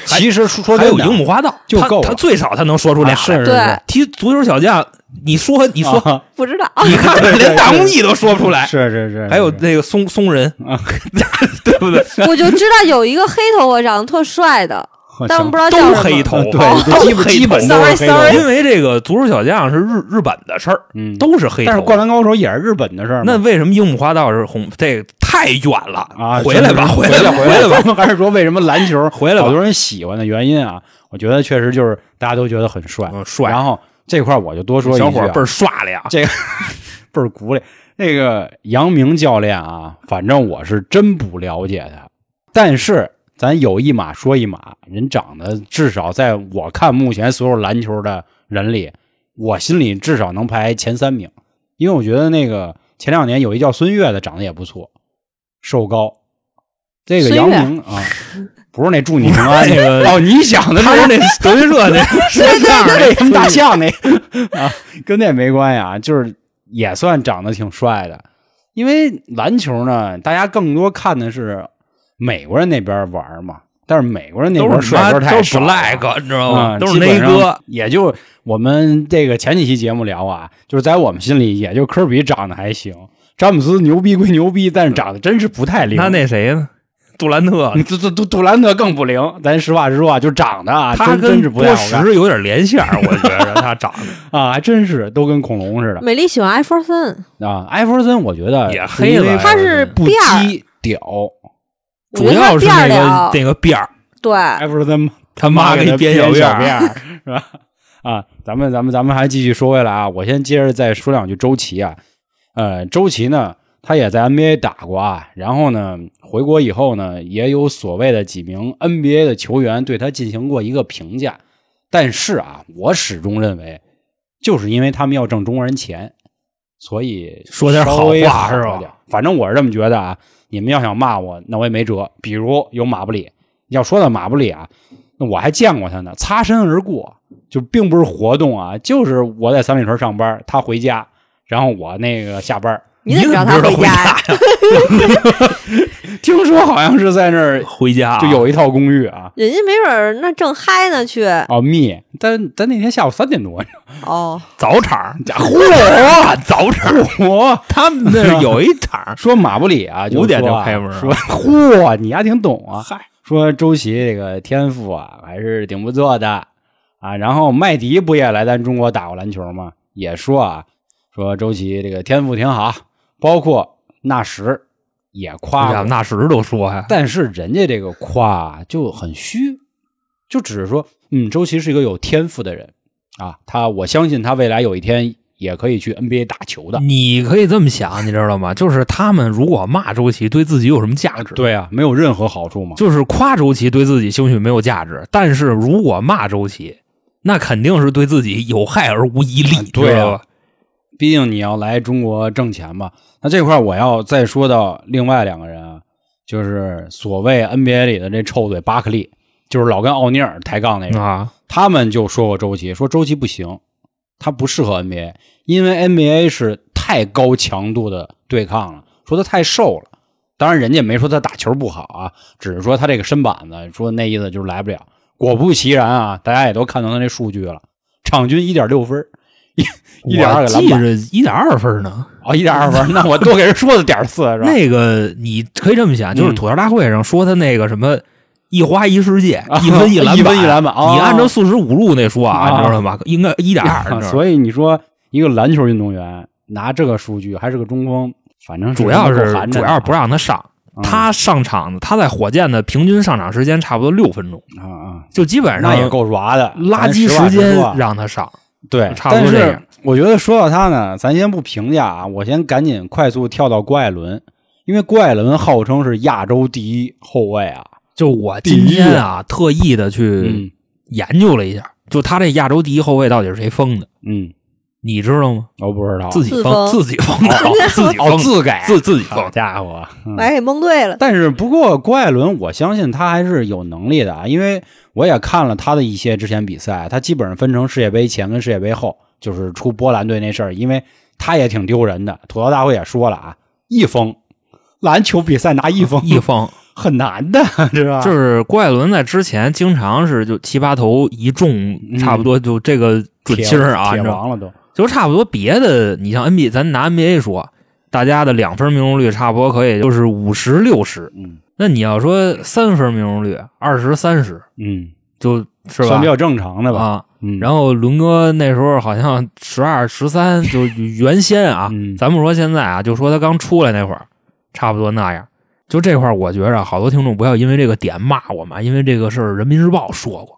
Speaker 3: 还
Speaker 2: 其实说说
Speaker 3: 还
Speaker 2: 真
Speaker 3: 有
Speaker 2: 的
Speaker 3: 樱木花道，
Speaker 2: 就
Speaker 3: 她
Speaker 2: 够了
Speaker 3: 她最少她能说出俩
Speaker 2: 啊
Speaker 3: 来。
Speaker 2: 是是
Speaker 4: 对
Speaker 2: 是，
Speaker 3: 踢足球小将，你说你说，
Speaker 2: 啊
Speaker 4: 不知道，
Speaker 3: 你看
Speaker 2: 对对
Speaker 3: 连大公鸡都说不出来。
Speaker 2: 是是是，
Speaker 3: 还有
Speaker 2: 是
Speaker 3: 那个松松人
Speaker 2: 啊，
Speaker 3: 对不对？
Speaker 4: 我就知道有一个黑头发长得特 帅的，但不知道叫
Speaker 3: 啊都
Speaker 4: 什
Speaker 3: 黑
Speaker 4: 么。
Speaker 3: 头，
Speaker 2: 啊
Speaker 3: 啊
Speaker 2: 对对基
Speaker 3: 都
Speaker 2: 本
Speaker 3: 黑
Speaker 2: 基本
Speaker 3: 头
Speaker 2: 都是黑头
Speaker 4: Sorry，sorry
Speaker 3: 因为这个足球小将是日日本的事儿，
Speaker 2: 嗯，
Speaker 3: 都是黑头。
Speaker 2: 但是灌篮高手也是日本的事儿
Speaker 3: 那
Speaker 2: 嘛，
Speaker 3: 为什么樱木花道是红？这个太远了
Speaker 2: 啊，
Speaker 3: 回来吧，
Speaker 2: 就是
Speaker 3: 来吧，
Speaker 2: 回
Speaker 3: 回来吧。
Speaker 2: 咱们还是说为什么篮球
Speaker 3: 回来吧
Speaker 2: 好多人喜欢的原因啊，我觉得确实就是大家都觉得很帅，
Speaker 3: 嗯，帅，
Speaker 2: 然后这块儿我就多说一句
Speaker 3: 小
Speaker 2: 啊，
Speaker 3: 伙儿倍儿帅了呀！
Speaker 2: 倍儿鼓励。那个杨明教练啊，反正我是真不了解他，但是咱有一码说一码，人长得至少在我看目前所有篮球的人里，我心里至少能排前三名，因为我觉得那个前两年有一叫孙悦的长得也不错，瘦高。这个
Speaker 4: 孙
Speaker 2: 杨
Speaker 4: 悦
Speaker 2: 明 啊，不是那祝你平安那个
Speaker 3: 不是那
Speaker 2: 哦，你想的
Speaker 3: 他
Speaker 2: 是
Speaker 3: 是那德云社 那
Speaker 2: 对对对，什么大象那啊，跟那没关系啊，就是也算长得挺帅的。因为篮球呢，大家更多看的是美国人那边玩嘛，但是美国 人那
Speaker 3: 都
Speaker 2: 边
Speaker 3: 是妈
Speaker 2: 帅哥太
Speaker 3: 都是
Speaker 2: 少
Speaker 3: black，
Speaker 2: 了。
Speaker 3: 你知道
Speaker 2: 啊、
Speaker 3: 吗？
Speaker 2: 嗯，
Speaker 3: 都是
Speaker 2: 基本
Speaker 3: 那
Speaker 2: 上
Speaker 3: 哥，
Speaker 2: 也就我们这个前几期节目聊啊，就是在我们心里，也就科比长得还行，詹姆斯牛逼归牛逼，但是长得真是不太灵。嗯
Speaker 3: 那那谁呢？杜兰特，
Speaker 2: 杜杜杜杜兰特更不灵，咱实话实说啊，就长得啊，
Speaker 3: 他
Speaker 2: 真真
Speaker 3: 跟
Speaker 2: 是不太
Speaker 3: 波
Speaker 2: 好看
Speaker 3: 什有点连线儿，我觉着他长得
Speaker 2: 啊，还真是都跟恐龙似的。
Speaker 4: 美丽喜欢艾弗森，
Speaker 2: 啊，艾弗森我觉得
Speaker 3: 也黑了
Speaker 2: 因为
Speaker 4: 他是
Speaker 2: 不
Speaker 4: 辫儿，
Speaker 2: 羁屌，
Speaker 4: 我
Speaker 3: 主
Speaker 4: 觉得他
Speaker 3: 要是
Speaker 4: 辫儿
Speaker 3: 那
Speaker 4: 了
Speaker 3: 个那个哎辫儿，
Speaker 4: 对，
Speaker 2: 艾弗森
Speaker 3: 他
Speaker 2: 他
Speaker 3: 妈
Speaker 2: 给
Speaker 3: 给你
Speaker 2: 编
Speaker 3: 编小
Speaker 2: 辫
Speaker 3: 辫
Speaker 2: 儿
Speaker 3: 儿，
Speaker 2: 是吧？啊，咱们咱们咱们还继续说回来啊，我先接着再说两句周琦啊，呃，周琦呢，他也在 NBA 打过啊，然后呢，回国以后呢，也有所谓的几名 NBA 的球员对他进行过一个评价，但是啊，我始终认为，就是因为他们要挣中国人钱，所以
Speaker 3: 说点好话
Speaker 2: 稍微
Speaker 3: 是吧
Speaker 2: 一点？反正我是这么觉得啊，你们要想骂我，那我也没辙。比如有马布里，要说到马布里啊，那我还见过他呢，擦身而过，就并不是活动啊，就是我在三里屯上班，他回家，然后我那个下班。
Speaker 4: 你
Speaker 3: 怎
Speaker 4: 怎么
Speaker 3: 么
Speaker 4: 知
Speaker 3: 道
Speaker 4: 道他回
Speaker 3: 回
Speaker 4: 家呀？
Speaker 3: 呀？
Speaker 2: 听说好像是在那儿
Speaker 3: 回家啊
Speaker 2: 就有一套公寓啊，
Speaker 4: 人家没准儿那正嗨呢 去
Speaker 2: 哦密，但咱那天下午三点多，
Speaker 3: 嗯
Speaker 4: 哦，
Speaker 3: 早场，
Speaker 2: 家伙，
Speaker 3: 早场，
Speaker 2: 我
Speaker 3: 他们那儿有一 场
Speaker 2: 说马布里啊，
Speaker 3: 五点
Speaker 2: 就
Speaker 3: 就
Speaker 2: 说啊
Speaker 3: 开门了
Speaker 2: 说嚯，你还挺懂啊，
Speaker 3: 嗨，
Speaker 2: 说周琦这个天赋啊还是挺不错的啊，然后麦迪不也来咱中国打过篮球吗？也说啊，说周琦这个天赋挺好，包括纳什也夸过，
Speaker 3: 纳什都说呀，
Speaker 2: 但是人家这个夸就很虚，就只是说，嗯，周琦是一个有天赋的人啊，他我相信他未来有一天也可以去 NBA 打球的。
Speaker 3: 你可以这么想，你知道吗？就是他们如果骂周琦，对自己有什么价值？，
Speaker 2: 对啊，没有任何好处嘛。
Speaker 3: 就是夸周琦对自己兴许没有价值，但是如果骂周琦，那肯定是对自己有害而无一利，
Speaker 2: 啊对啊
Speaker 3: 知道吧？
Speaker 2: 毕竟你要来中国挣钱嘛。那这块儿我要再说到另外两个人啊，就是所谓 NBA 里的这臭嘴巴克利，就是老跟奥尼尔抬杠那个，
Speaker 3: 啊，
Speaker 2: 他们就说过周琦，说周琦不行，他不适合 NBA，因为 NBA 是太高强度的对抗了，说他太瘦了。当然，人家也没说他打球不好啊，只是说他这个身板子，说那意思就是来不了。果不其然啊，大家也都看到他那数据了，场均一点六分，一一点二
Speaker 3: 我
Speaker 2: 个篮
Speaker 3: 记
Speaker 2: 板，
Speaker 3: 着一点二分呢。
Speaker 2: 哦，一点二分，那我多给人说了点儿四是吧？
Speaker 3: 那个你可以这么想，就是
Speaker 2: 嗯
Speaker 3: 吐槽大会上说他那个什么一花一世界，
Speaker 2: 啊
Speaker 3: 一分一篮板，
Speaker 2: 一分一篮板哦
Speaker 3: 你按照四舍五入那说啊，
Speaker 2: 啊
Speaker 3: 你知道吗？应该一点二，你知道吗
Speaker 2: 所以你说一个篮球运动员拿这个数据还是个中锋，反正
Speaker 3: 主要
Speaker 2: 够
Speaker 3: 是
Speaker 2: 寒碜的啊
Speaker 3: 主要是不让他上，
Speaker 2: 嗯
Speaker 3: 他上场他在火箭的平均上场时间差不多六分钟，
Speaker 2: 啊啊，
Speaker 3: 就基本
Speaker 2: 那也
Speaker 3: 上
Speaker 2: 够抓的，
Speaker 3: 垃
Speaker 2: 咱
Speaker 3: 圾时
Speaker 2: 实话实
Speaker 3: 间
Speaker 2: 说啊
Speaker 3: 让他上。
Speaker 2: 对，
Speaker 3: 差不多这
Speaker 2: 但
Speaker 3: 样
Speaker 2: 是我觉得说到他呢，咱先不评价啊，我先赶紧快速跳到郭艾伦，因为郭艾伦号称是亚洲第一后卫啊，
Speaker 3: 就我今天啊特意的去
Speaker 2: 嗯
Speaker 3: 研究了一下，就他这亚洲第一后卫到底是谁封的，
Speaker 2: 嗯，
Speaker 3: 你知道吗？
Speaker 2: 我不知道，
Speaker 3: 自己
Speaker 4: 自
Speaker 3: 封，
Speaker 4: 封
Speaker 3: 自己封的， 自己
Speaker 2: 哦
Speaker 3: 封的，
Speaker 2: 自改
Speaker 3: 自自己
Speaker 2: 好
Speaker 3: 封。
Speaker 2: 家伙，嗯
Speaker 4: 把给蒙对了。
Speaker 2: 但是不过郭艾伦，我相信他还是有能力的啊，因为我也看了他的一些之前比赛，他基本上分成世界杯前跟世界杯后，就是出波兰队那事儿，因为他也挺丢人的。吐槽大会也说了啊，一封篮球比赛拿一封
Speaker 3: 一封
Speaker 2: 很难的，是吧？
Speaker 3: 就是郭艾伦在之前经常是就七八投一中，差不多就这个准
Speaker 2: 铁
Speaker 3: 星儿啊，
Speaker 2: 嗯
Speaker 3: 你
Speaker 2: 铁
Speaker 3: 知道吗？
Speaker 2: 王了都。
Speaker 3: 就差不多别的，你像 NBA，咱拿 NBA 说，大家的两分命中率差不多可以就是五十六十，
Speaker 2: 嗯
Speaker 3: 那你要说三分命中率二十三十，
Speaker 2: 嗯，
Speaker 3: 就是
Speaker 2: 算
Speaker 3: 吧
Speaker 2: 比？较正常的吧。
Speaker 3: 啊，
Speaker 2: 嗯，
Speaker 3: 然后伦哥那时候好像十二十三，就原先啊，
Speaker 2: 嗯
Speaker 3: 咱不说现在啊，就说他刚出来那会儿，差不多那样。就这块儿，我觉着好多听众不要因为这个点骂我们，因为这个事儿《人民日报》说过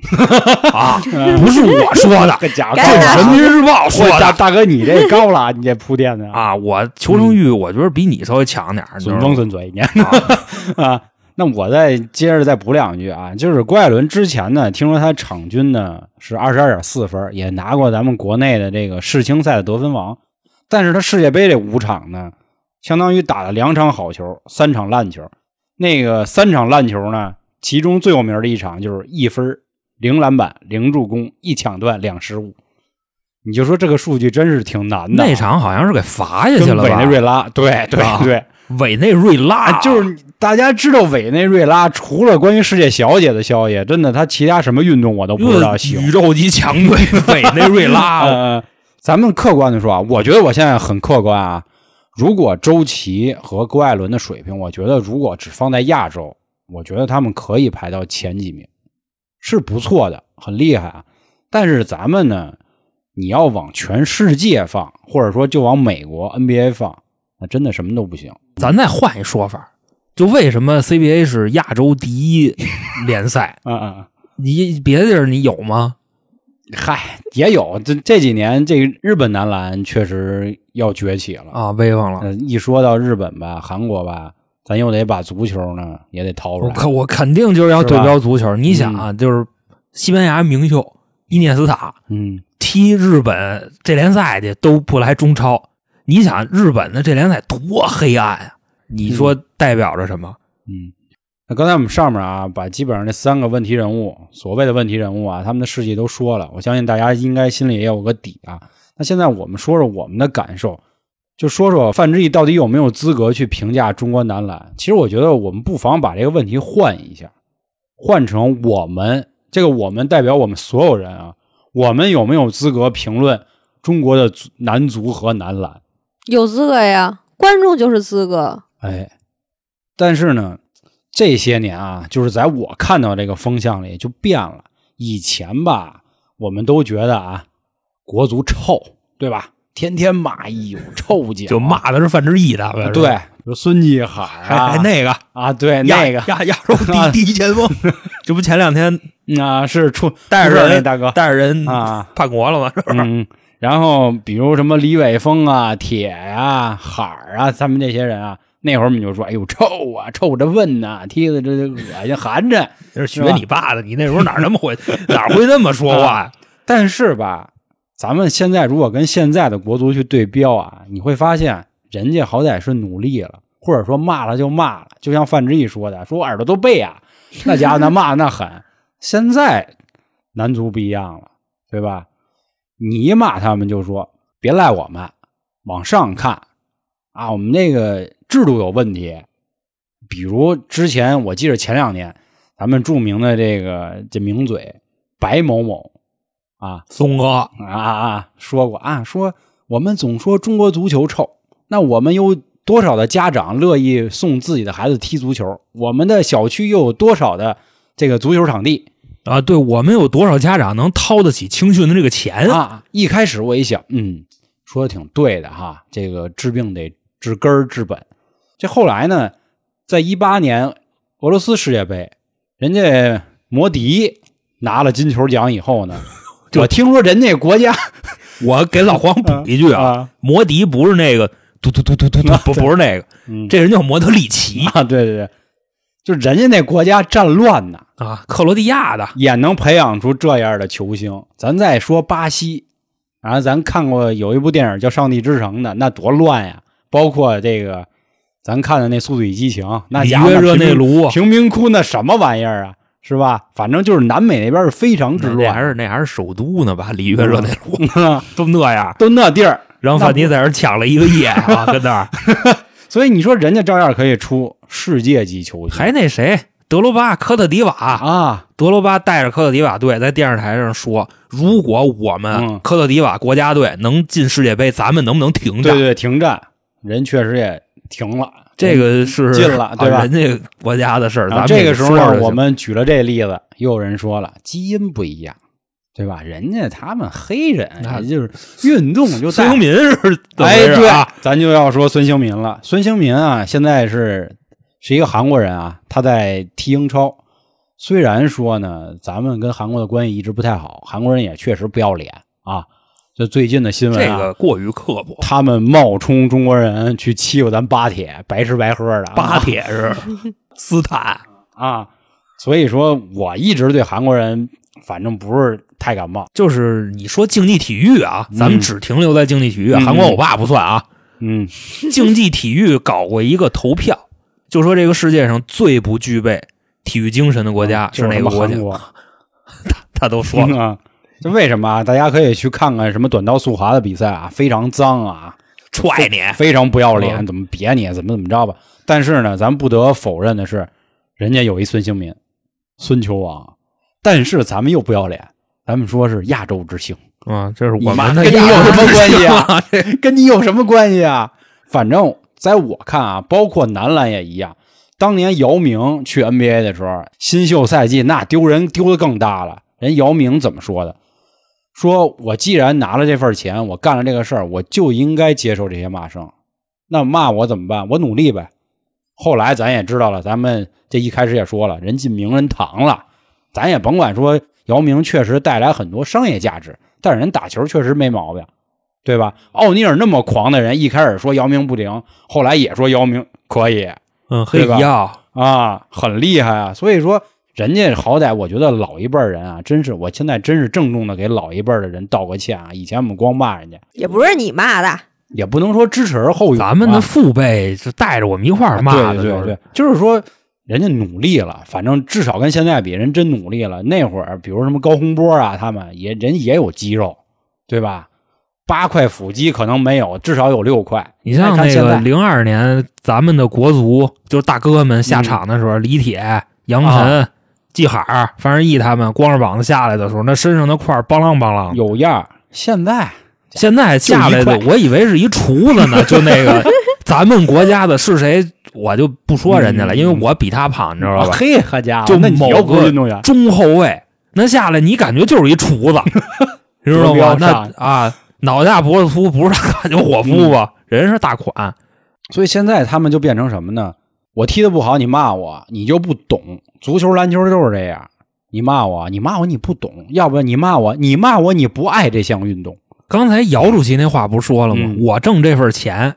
Speaker 3: 啊，
Speaker 2: 嗯
Speaker 3: 不是我 说的，
Speaker 2: 这家伙
Speaker 4: 该
Speaker 3: 是
Speaker 4: 拿
Speaker 3: 《人
Speaker 4: 出
Speaker 3: 民日报》说
Speaker 2: 哎我大
Speaker 3: 的
Speaker 2: 大哥，你这高了啊，你这铺垫的，
Speaker 3: 啊。我求生欲，我觉得比你稍微强点儿，你知道
Speaker 2: 损风
Speaker 3: 吗
Speaker 2: 损嘴，你。
Speaker 3: 啊
Speaker 2: 啊，那我再接着再补两句啊，就是郭艾伦之前呢，听说他场均呢是二十二点四分，也拿过咱们国内的这个世青赛的得分王，但是他世界杯这五场呢，相当于打了两场好球，三场烂球。那个三场烂球呢，其中最有名的一场就是一分、零篮板、零助攻、一抢断、两失误。你就说这个数据真是挺难的啊。
Speaker 3: 那场好像是给罚下
Speaker 2: 跟
Speaker 3: 去了
Speaker 2: 委内瑞
Speaker 3: 吧？
Speaker 2: 拉，对对
Speaker 3: 啊
Speaker 2: 对，
Speaker 3: 委内瑞拉
Speaker 2: 啊，就是大家知道委内瑞拉，除了关于世界小姐的消息，真的他其他什么运动我都不知道喜欢
Speaker 3: 宇。宙级强 队委内瑞拉，啊
Speaker 2: 呃，咱们客观的说啊，我觉得我现在很客观啊。如果周琦和郭艾伦的水平，我觉得如果只放在亚洲，我觉得他们可以排到前几名，是不错的，很厉害啊。但是咱们呢，你要往全世界放，或者说就往美国 NBA 放，那真的什么都不行。
Speaker 3: 咱再换一说法，就为什么 CBA 是亚洲第一联赛？
Speaker 2: 啊啊！啊
Speaker 3: 你别的地儿你有吗？
Speaker 2: 嗨，也有这这几年，这个日本男篮确实要崛起了。
Speaker 3: 啊，威风了！
Speaker 2: 呃一说到日本吧，韩国吧，咱又得把足球呢也得掏出
Speaker 3: 我
Speaker 2: 来。
Speaker 3: 肯我肯定就是要
Speaker 2: 是吧
Speaker 3: 对标足球。你想啊，就是西班牙名宿伊涅斯塔
Speaker 2: 嗯，
Speaker 3: 踢日本这联赛去都不来中超，你想日本的这联赛多黑暗啊！你说代表着什么？
Speaker 2: 嗯，那刚才我们上面啊，把基本上这三个问题人物，所谓的问题人物啊，他们的事迹都说了，我相信大家应该心里也有个底啊。那现在我们说说我们的感受，就说说范志毅到底有没有资格去评价中国男篮？其实我觉得我们不妨把这个问题换一下，换成我们这个我们代表我们所有人啊，我们有没有资格评论中国的足男足和男篮？
Speaker 4: 有资格呀，观众就是资格。
Speaker 2: 哎，但是呢，这些年啊，就是在我看到这个风向里就变了。以前吧，我们都觉得啊，国足臭，对吧？天天骂，哎呦，臭脚啊，
Speaker 3: 就骂的是范志毅的，
Speaker 2: 啊，对，比如孙继海
Speaker 3: 还
Speaker 2: 啊，
Speaker 3: 还那个
Speaker 2: 啊，对，
Speaker 3: 亚
Speaker 2: 那个
Speaker 3: 亚亚洲 第第一前锋， 这不前两天
Speaker 2: 嗯啊，是出
Speaker 3: 带着
Speaker 2: 出事儿
Speaker 3: 人
Speaker 2: 那大哥
Speaker 3: 带着人
Speaker 2: 啊，
Speaker 3: 叛国了吗？是吧？
Speaker 2: 嗯，然后比如什么李玮峰啊、铁呀、海儿啊，他们这些人啊，那会儿我们就说，哎呦，臭啊，臭着问呐、踢的这这恶心寒碜。
Speaker 3: 这是学你爸的，你那时候哪儿那么会，哪儿会那么说话呀？
Speaker 2: 但是吧，咱们现在如果跟现在的国足去对标啊，你会发现人家好歹是努力了，或者说骂了就骂了，就像范志毅说的，说我耳朵都背啊，那家伙那骂那狠。现在男足不一样了，对吧？你一骂他们就说别赖我们，往上看啊，我们那个制度有问题。比如之前我记得前两年，咱们著名的这个这名嘴白某某啊，
Speaker 3: 松哥，
Speaker 2: 啊啊，说过啊，说我们总说中国足球臭，那我们有多少的家长乐意送自己的孩子踢足球？我们的小区又有多少的这个足球场地？
Speaker 3: 啊，对我们有多少家长能掏得起青训的这个钱？
Speaker 2: 啊，一开始我一想，嗯，说的挺对的哈，这个治病得治根儿治本。这后来呢，在一八年俄罗斯世界杯，人家摩迪拿了金球奖以后呢，
Speaker 3: 就
Speaker 2: 我听说人家国家
Speaker 3: 我给老黄补一句啊，
Speaker 2: 啊，
Speaker 3: 摩迪不是那个嘟嘟嘟嘟嘟嘟，不不是那个，
Speaker 2: 嗯
Speaker 3: 这人叫摩德里奇
Speaker 2: 啊，对对对，就人家那国家战乱呐，
Speaker 3: 啊，克罗地亚的
Speaker 2: 也能培养出这样的球星。咱再说巴西，啊，咱看过有一部电影叫《上帝之城》的，那多乱呀！包括这个，咱看的那《速度与激情》，那
Speaker 3: 里
Speaker 2: 家伙
Speaker 3: 约热内
Speaker 2: 贫民
Speaker 3: 卢啊，
Speaker 2: 贫民窟那什么玩意儿啊，是吧？反正就是南美那边是非常之
Speaker 3: 那还
Speaker 2: 乱，
Speaker 3: 是那还是首都呢吧？里约热内卢都嗯那样，
Speaker 2: 都那地儿。
Speaker 3: 让范迪在这儿抢了一个夜 啊，跟那儿
Speaker 2: 所以你说人家照样可以出世界级球星，
Speaker 3: 还那谁德罗巴科特迪瓦，
Speaker 2: 啊，
Speaker 3: 德罗巴带着科特迪瓦队在电视台上说，如果我们
Speaker 2: 嗯
Speaker 3: 科特迪瓦国家队能进世界杯，咱们能不能停
Speaker 2: 对
Speaker 3: 战？
Speaker 2: 对，停战，人确实也停了。
Speaker 3: 这个是
Speaker 2: 嗯进了
Speaker 3: 啊
Speaker 2: 对吧
Speaker 3: 人家国家的事儿，咱
Speaker 2: 然后
Speaker 3: 们
Speaker 2: 这个时候
Speaker 3: 说就
Speaker 2: 呢，
Speaker 3: 行
Speaker 2: 我们举了这例子，又有人说了，基因不一样，对吧？人家他们黑人，
Speaker 3: 那
Speaker 2: 也就是运动就
Speaker 3: 孙
Speaker 2: 带
Speaker 3: 兴。民是怎么
Speaker 2: 哎，
Speaker 3: 回事
Speaker 2: 对
Speaker 3: 啊？，
Speaker 2: 咱就要说孙兴民了。孙兴民啊，现在是是一个韩国人啊，他在踢英超。虽然说呢，咱们跟韩国的关系一直不太好，韩国人也确实不要脸啊。就最近的新闻、
Speaker 3: 这
Speaker 2: 啊，
Speaker 3: 个过于刻薄，
Speaker 2: 他们冒充中国人去欺负咱巴铁，白吃白喝的啊。
Speaker 3: 巴铁是斯坦，
Speaker 2: 啊，所以说我一直对韩国人反正不是太感冒。
Speaker 3: 就是你说竞技体育啊，咱们
Speaker 2: 嗯
Speaker 3: 只停留在竞技体育啊，
Speaker 2: 嗯
Speaker 3: 韩国欧巴不 算啊。
Speaker 2: 嗯
Speaker 3: 竞技体育搞过一个投票，就说这个世界上最不具备体育精神的国家是
Speaker 2: 啊 就是
Speaker 3: 哪
Speaker 2: 什
Speaker 3: 个
Speaker 2: 么
Speaker 3: 国家
Speaker 2: 韩？国
Speaker 3: 他都说了，
Speaker 2: 啊，这为什么啊？大家可以去看看什么短道速滑的比赛啊，非常脏啊，
Speaker 3: 踹你啊！
Speaker 2: 非常不要
Speaker 3: 嗯
Speaker 2: 脸，怎么别你，啊怎么怎么着吧。但是呢，咱不得否认的是，人家有一孙兴民，孙球王。但是咱们又不要脸，咱们说是亚洲之星。
Speaker 3: 啊这是我
Speaker 2: 你妈
Speaker 3: 们的
Speaker 2: 跟你
Speaker 3: 亚
Speaker 2: 有
Speaker 3: 洲
Speaker 2: 什么
Speaker 3: 之
Speaker 2: 关系
Speaker 3: 星
Speaker 2: 啊
Speaker 3: 啊？这
Speaker 2: 跟你有什么关系啊？反正在我看啊，包括男篮也一样，当年姚明去 NBA 的时候，新秀赛季那丢人丢的更大了。人姚明怎么说的？说我既然拿了这份钱，我干了这个事儿，我就应该接受这些骂声。那骂我怎么办？我努力呗。后来咱也知道了，咱们这一开始也说了，人进名人堂了，咱也甭管说姚明确实带来很多商业价值，但是人打球确实没毛病，对吧？奥尼尔那么狂的人，一开始说姚明不灵，后来也说姚明可以，
Speaker 3: 嗯，嘿
Speaker 2: 对吧
Speaker 3: 呀，
Speaker 2: 啊，很厉害啊。所以说，人家好歹我觉得老一辈儿人啊，真是我现在真是郑重的给老一辈儿的人道个歉啊。以前我们光骂人家，
Speaker 4: 也不是你骂的，
Speaker 2: 也不能说知耻而后勇啊、
Speaker 3: 咱们的父辈是带着我们一块儿骂的，
Speaker 2: 啊对
Speaker 3: 就
Speaker 2: 对
Speaker 3: 是
Speaker 2: 对，就是说人家努力了，反正至少跟现在比，人真努力了。那会儿，比如什么高洪波啊，他们也人也有肌肉，对吧？八块腹肌可能没有，至少有六块。
Speaker 3: 你像
Speaker 2: 看
Speaker 3: 那
Speaker 2: 现
Speaker 3: 个
Speaker 2: 在
Speaker 3: 零二年咱们的国足，就是大哥们
Speaker 2: 嗯
Speaker 3: 下场的时候，李铁、杨
Speaker 2: 啊
Speaker 3: 晨、季海儿、范志毅他们光着膀子下来的时候，那身上的块儿梆啷梆啷的。
Speaker 2: 有样儿，现在
Speaker 3: 现在下来
Speaker 2: 就
Speaker 3: 的
Speaker 2: 一，
Speaker 3: 我以为是一厨子呢，就那个 咱们国家的是谁，我就不说人家了，
Speaker 2: 嗯
Speaker 3: 因为我比他胖，你知道吧？
Speaker 2: 啊嘿，好家伙，
Speaker 3: 就
Speaker 2: 那你
Speaker 3: 某
Speaker 2: 又不
Speaker 3: 个
Speaker 2: 是运动员，
Speaker 3: 中后卫，那下来你感觉就是一厨子，你知道
Speaker 2: 不要
Speaker 3: 吗？
Speaker 2: 上
Speaker 3: 那啊，脑袋大脖子粗，不是大款就伙夫吧？人是大款，
Speaker 2: 所以现在他们就变成什么呢？我踢得不好，你骂我，你就不懂。足球、篮球就是这样，你骂我，你骂我，你不懂；要不然你骂我，你骂我，你不爱这项运动。
Speaker 3: 刚才姚主席那话不是说了吗？
Speaker 2: 嗯
Speaker 3: 我挣这份钱，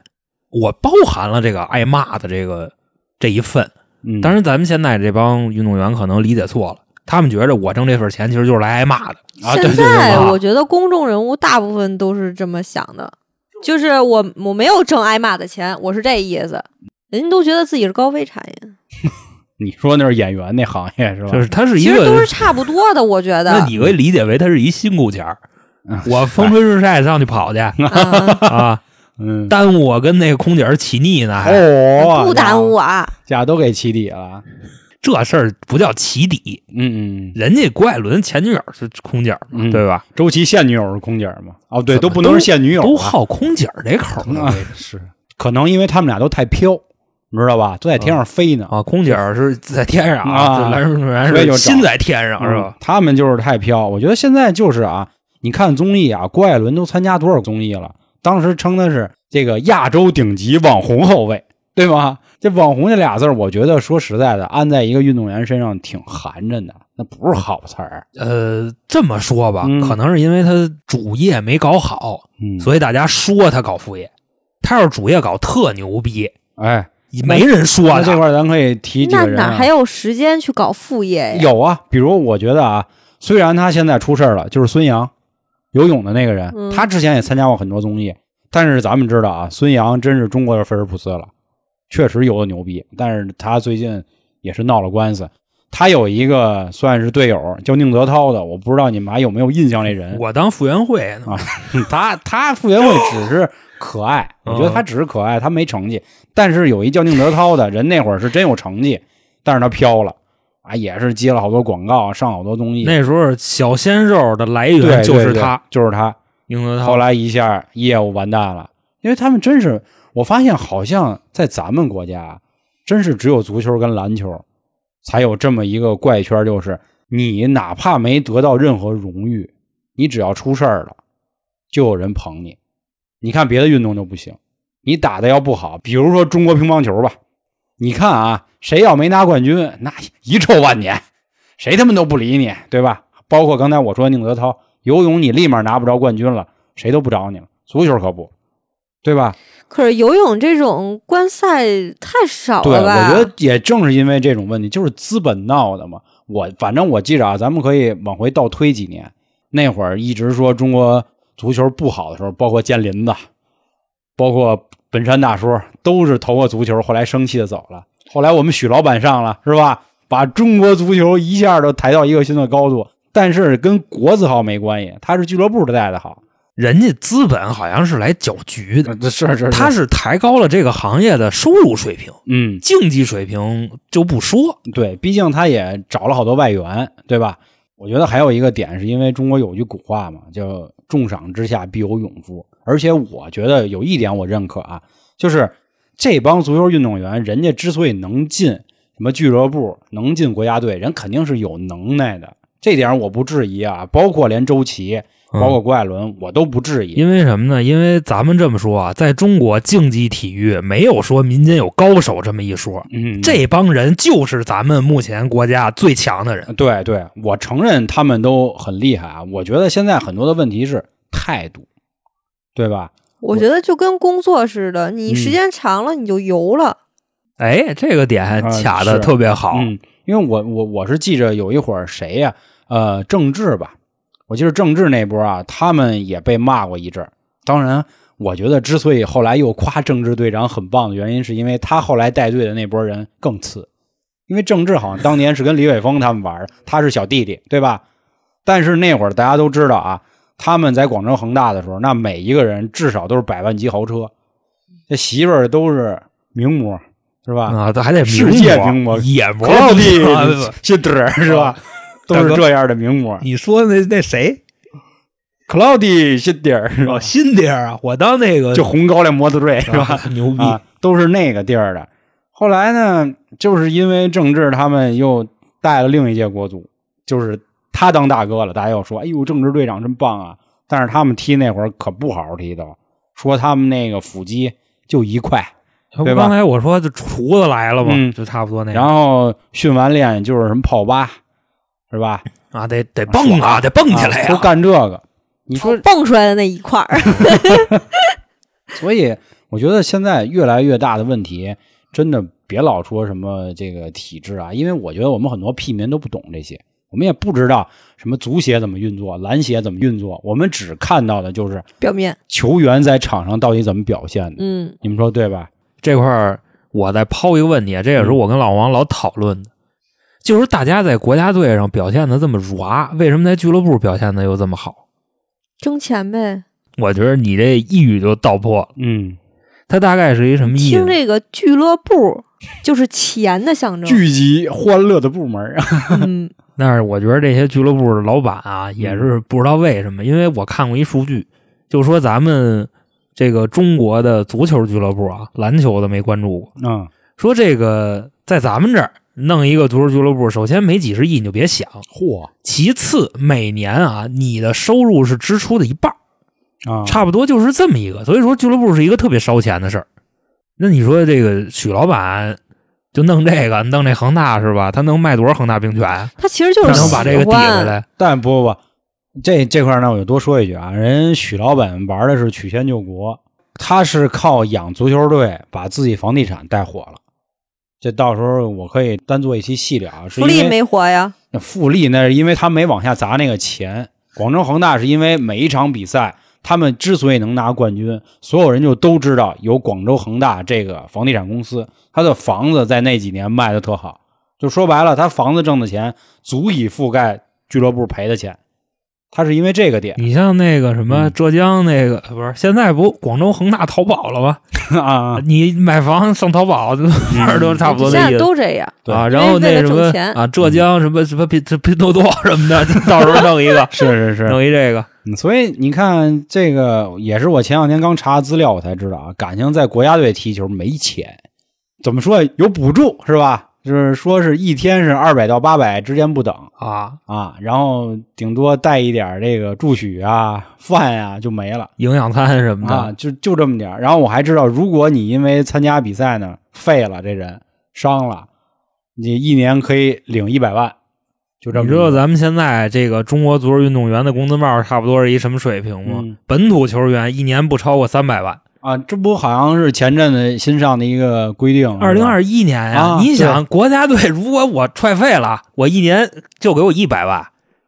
Speaker 3: 我包含了这个挨骂的这个这一份。
Speaker 2: 嗯，
Speaker 3: 当然，咱们现在这帮运动员可能理解错了，他们觉着我挣这份钱其实就是来挨骂的。
Speaker 2: 啊，对对
Speaker 4: 现
Speaker 2: 对
Speaker 4: 在
Speaker 2: 啊
Speaker 4: 我觉得公众人物大部分都是这么想的，就是我我没有挣挨骂的钱，我是这意思。人家都觉得自己是高危产业，
Speaker 2: 你说那是演员那行业是吧？
Speaker 3: 就是他是一
Speaker 4: 其实
Speaker 3: 个，
Speaker 4: 都是差不多的，我觉
Speaker 3: 那
Speaker 4: 得。
Speaker 3: 你可以理解为他是一辛苦钱儿
Speaker 2: 嗯。
Speaker 3: 我风吹日晒上去 跑去
Speaker 4: 啊
Speaker 3: 啊，
Speaker 2: 嗯，
Speaker 3: 耽误我跟那个空姐儿起腻呢，还
Speaker 2: 哦，
Speaker 4: 不耽误，啊，
Speaker 2: 家都给起底了。
Speaker 3: 这事儿不叫起底。
Speaker 2: 嗯嗯
Speaker 3: 人家郭艾伦前女友是空姐儿嘛，
Speaker 2: 嗯
Speaker 3: 对吧？
Speaker 2: 周琦现女友是空姐吗？哦，对，
Speaker 3: 怎么
Speaker 2: 不能是现女友啊，
Speaker 3: 都好空姐儿这口儿呢
Speaker 2: 啊，是可能因为他们俩都太飘，你知道吧？都在天上飞呢。
Speaker 3: 啊，空姐儿是在天上
Speaker 2: 啊
Speaker 3: 这篮球运动员
Speaker 2: 所嗯以就是找
Speaker 3: 心在天上是
Speaker 2: 嗯
Speaker 3: 吧？
Speaker 2: 他们就是太飘。我觉得现在就是啊，你看综艺啊，郭艾伦都参加多少综艺了？当时称的是这个亚洲顶级网红后卫，对吗？这网红这俩字儿，我觉得说实在的，安在一个运动员身上挺寒碜的，那不是好词儿。
Speaker 3: 呃，这么说吧
Speaker 2: 嗯，
Speaker 3: 可能是因为他主业没搞好，
Speaker 2: 嗯，以
Speaker 3: 所以大家说他搞副业。他要是主业搞特牛逼，
Speaker 2: 哎，
Speaker 3: 没人说
Speaker 2: 那这
Speaker 3: 他。
Speaker 2: 块儿咱可以提几
Speaker 4: 那
Speaker 2: 个人、啊。
Speaker 4: 哪还有时间去搞副业呀？
Speaker 2: 有啊，比如我觉得啊，虽然他现在出事儿了，就是孙杨，游泳的那个人，
Speaker 4: 嗯
Speaker 2: 他之前也参加过很多综艺，但是咱们知道啊，孙杨真是中国的菲尔普斯了，确实游的牛逼，但是他最近也是闹了官司。他有一个算是队友叫宁泽涛的，我不知道你们还有没有印象这人。
Speaker 3: 我当傅园慧呢，
Speaker 2: 啊 他他傅园慧只是可爱，我觉得
Speaker 3: 嗯
Speaker 2: 他只是可爱，他没成绩。但是有一叫宁泽涛的人，那会儿是真有成绩，但是他飘了啊，也是接了好多广告，上好多综艺。
Speaker 3: 那时候小鲜肉的来
Speaker 2: 嗯对
Speaker 3: 源就是
Speaker 2: 对
Speaker 3: 他，
Speaker 2: 对就是他。
Speaker 3: 宁泽
Speaker 2: 后
Speaker 3: 涛。
Speaker 2: 来一下业务完蛋了，因为他们真是，我发现好像在咱们国家，真是只有足球跟篮球才有这么一个怪圈，就是你哪怕没得到任何荣誉，你只要出事儿了，就有人捧你。你看别的运动就不行，你打的要不好，比如说中国乒乓球吧，你看啊，谁要没拿冠军，那遗臭万年，谁他妈都不理你，对吧？包括刚才我说宁泽涛，游泳你立马拿不着冠军了，谁都不找你了。足球可不，对吧？
Speaker 4: 可是游泳这种观赛太少
Speaker 2: 对，
Speaker 4: 了
Speaker 2: 我
Speaker 4: 吧？
Speaker 2: 觉得也正是因为这种问题，就是资本闹的嘛。我反正我记着啊，咱们可以往回倒推几年，那会儿一直说中国足球不好的时候，包括建林子，包括本山大叔，都是投过足球，后来生气的走了。后来我们许老板上了，是吧？把中国足球一下都抬到一个新的高度，但是跟国字号没关系，他是俱乐部带的好，
Speaker 3: 人家资本好像是来搅局的，
Speaker 2: 呃是是
Speaker 3: 他
Speaker 2: 他是
Speaker 3: 是抬高了这个行业的收入水平，
Speaker 2: 嗯，
Speaker 3: 竞技水平就不说，
Speaker 2: 对，毕竟他也找了好多外援，对吧？我觉得还有一个点，是因为中国有句古话嘛，叫“重赏之下必有勇夫”。而且我觉得有一点我认可啊，就是这帮足球运动员，人家之所以能进，什么俱乐部能进国家队，人肯定是有能耐的，这点我不质疑啊。包括连周琦，嗯包括郭艾伦，我都不质疑。
Speaker 3: 嗯因为什么呢？因为咱们这么说啊，在中国竞技体育没有说民间有高手这么一说，
Speaker 2: 嗯，
Speaker 3: 这帮人就是咱们目前国家最强的人。
Speaker 2: 嗯对对，我承认他们都很厉害啊。我觉得现在很多的问题是态度，对吧？
Speaker 4: 我觉得就跟工作似的，你时
Speaker 2: 嗯
Speaker 4: 间长了你就油了。
Speaker 3: 哎，这个点卡的
Speaker 2: 啊是
Speaker 3: 特别好。
Speaker 2: 嗯，因为我我我是记着有一会儿谁呀、呃，郑智吧，我记得郑智那波啊，他们也被骂过一阵儿。当然，我觉得之所以后来又夸郑智队长很棒的原因，是因为他后来带队的那波人更次。因为郑智好像当年是跟李玮峰他们玩儿，他是小弟弟，对吧？但是那会儿大家都知道啊，他们在广州恒大的时候，那每一个人至少都是百万级豪车，这媳妇儿都是名模，是吧？
Speaker 3: 啊，还得
Speaker 2: 世界名
Speaker 3: 模
Speaker 2: 模
Speaker 3: 野模
Speaker 2: 格力
Speaker 3: 啊
Speaker 2: 是底儿是吧？都
Speaker 3: 哦大
Speaker 2: 是
Speaker 3: 哥
Speaker 2: 这样的名模
Speaker 3: 你说那那谁
Speaker 2: ，Cloudy 是底儿是吧
Speaker 3: 哦，？新爹啊，我当那个
Speaker 2: 就红高粱模特队是吧？
Speaker 3: 啊牛逼，
Speaker 2: 啊，都是那个地儿的。后来呢，就是因为郑智他们又带了另一届国足，就是他当大哥了，大家又说：“哎呦，郑智队长真棒啊！”但是他们踢那会儿可不好好踢的，说他们那个腹肌就一块，
Speaker 3: 这不
Speaker 2: 对吧
Speaker 3: 刚才我说这厨子来了嘛，
Speaker 2: 嗯
Speaker 3: 就差不多那
Speaker 2: 然
Speaker 3: 样
Speaker 2: 后训完练就是什么泡吧，是吧？
Speaker 3: 啊，得得蹦
Speaker 2: 爽
Speaker 3: 啊，得蹦起
Speaker 2: 啊
Speaker 3: 来呀、
Speaker 2: 都干这个。你说
Speaker 4: 蹦出来的那一块儿，
Speaker 2: 所以我觉得现在越来越大的问题，真的别老说什么这个体制啊，因为我觉得我们很多屁民都不懂这些，我们也不知道什么足协怎么运作，篮协怎么运作，我们只看到的就是
Speaker 4: 表面，
Speaker 2: 球员在场上到底怎么表现的，
Speaker 4: 嗯，
Speaker 2: 你们说对吧？
Speaker 3: 这块儿我再抛一个问题，啊这也是我跟老王老讨论的，就是大家在国家队上表现的这么软，为什么在俱乐部表现的又这么好？
Speaker 4: 挣钱呗。
Speaker 3: 我觉得你这一语就道破了，
Speaker 2: 嗯，
Speaker 3: 他大概是一什么意
Speaker 4: 听
Speaker 3: 思？
Speaker 4: 这个俱 乐部就是钱的象征，
Speaker 2: 聚集欢乐的部门，
Speaker 4: 嗯，
Speaker 3: 但是我觉得这些俱乐部的老板啊，也是不知道为什么，因为我看过一数据，就说咱们这个中国的足球俱乐部啊，篮球的没关注过，
Speaker 2: 嗯，
Speaker 3: 说这个在咱们这儿弄一个足球俱乐部，首先没几十亿你就别想，
Speaker 2: 嚯
Speaker 3: 其次每年啊你的收入是支出的一半儿，
Speaker 2: 啊，
Speaker 3: 差不多就是这么一个，所以说俱乐部是一个特别烧钱的事儿。那你说这个许老板就弄这个弄这恒大是吧？他能卖多少恒大冰泉啊？
Speaker 4: 他其实就
Speaker 3: 他
Speaker 4: 是
Speaker 3: 能把这个
Speaker 4: 喜
Speaker 3: 抵回
Speaker 4: 欢，
Speaker 3: 来？
Speaker 2: 但不不不，这这块儿呢，我就多说一句啊，人许老板玩的是曲线救国，他是靠养足球队把自己房地产带火了。这到时候我可以单做一期细聊，是
Speaker 4: 福
Speaker 2: 因
Speaker 4: 利
Speaker 2: 为
Speaker 4: 没活呀，
Speaker 2: 那复利那是因为他没往下砸那个钱。广州恒大是因为每一场比赛，他们之所以能拿冠军，所有人就都知道有广州恒大这个房地产公司，他的房子在那几年卖的特好。就说白了，他房子挣的钱足以覆盖俱乐部赔的钱，他是因为这个点
Speaker 3: 你像那个什么
Speaker 2: 嗯
Speaker 3: 浙江那个、不是现在不广州恒大淘宝了吗？
Speaker 2: 啊。嗯你
Speaker 3: 你买房上淘宝，反正都差不多
Speaker 4: 现
Speaker 3: 那
Speaker 4: 在
Speaker 3: 意思。
Speaker 4: 都这样。
Speaker 2: 对，
Speaker 3: 啊，
Speaker 4: 因为
Speaker 3: 然后
Speaker 4: 为
Speaker 3: 那
Speaker 4: 了
Speaker 3: 什
Speaker 4: 挣
Speaker 3: 么
Speaker 4: 钱
Speaker 3: 啊，浙江什么什么拼这拼多多什么的，到时候弄一个
Speaker 2: 是是是，
Speaker 3: 弄一这个。
Speaker 2: 嗯所以你看，这个也是我前两天刚查资料，我才知道啊，感情在国家队踢球没钱，怎么说有补助是吧？就是说是一天是二百到八百之间不等
Speaker 3: 啊，
Speaker 2: 啊，然后顶多带一点这个住宿啊、饭啊就没了
Speaker 3: 营养餐什么的，
Speaker 2: 啊，就就这么点儿然后我还知道，如果你因为参加比赛呢废了，这人伤了，你一年可以领一百万，就这么
Speaker 3: 你
Speaker 2: 一
Speaker 3: 知
Speaker 2: 个。
Speaker 3: 道咱们现在这个中国足球运动员的工资帽差不多是一什么水平吗？
Speaker 2: 嗯
Speaker 3: 本土球员一年不超过三百万。
Speaker 2: 啊，这不好像是前阵子新上的一个规定，是吧
Speaker 3: 二零二一年
Speaker 2: 嗯
Speaker 3: 呀、
Speaker 2: 啊
Speaker 3: 你想国家队如果我踹废了，我一年就给我一百万；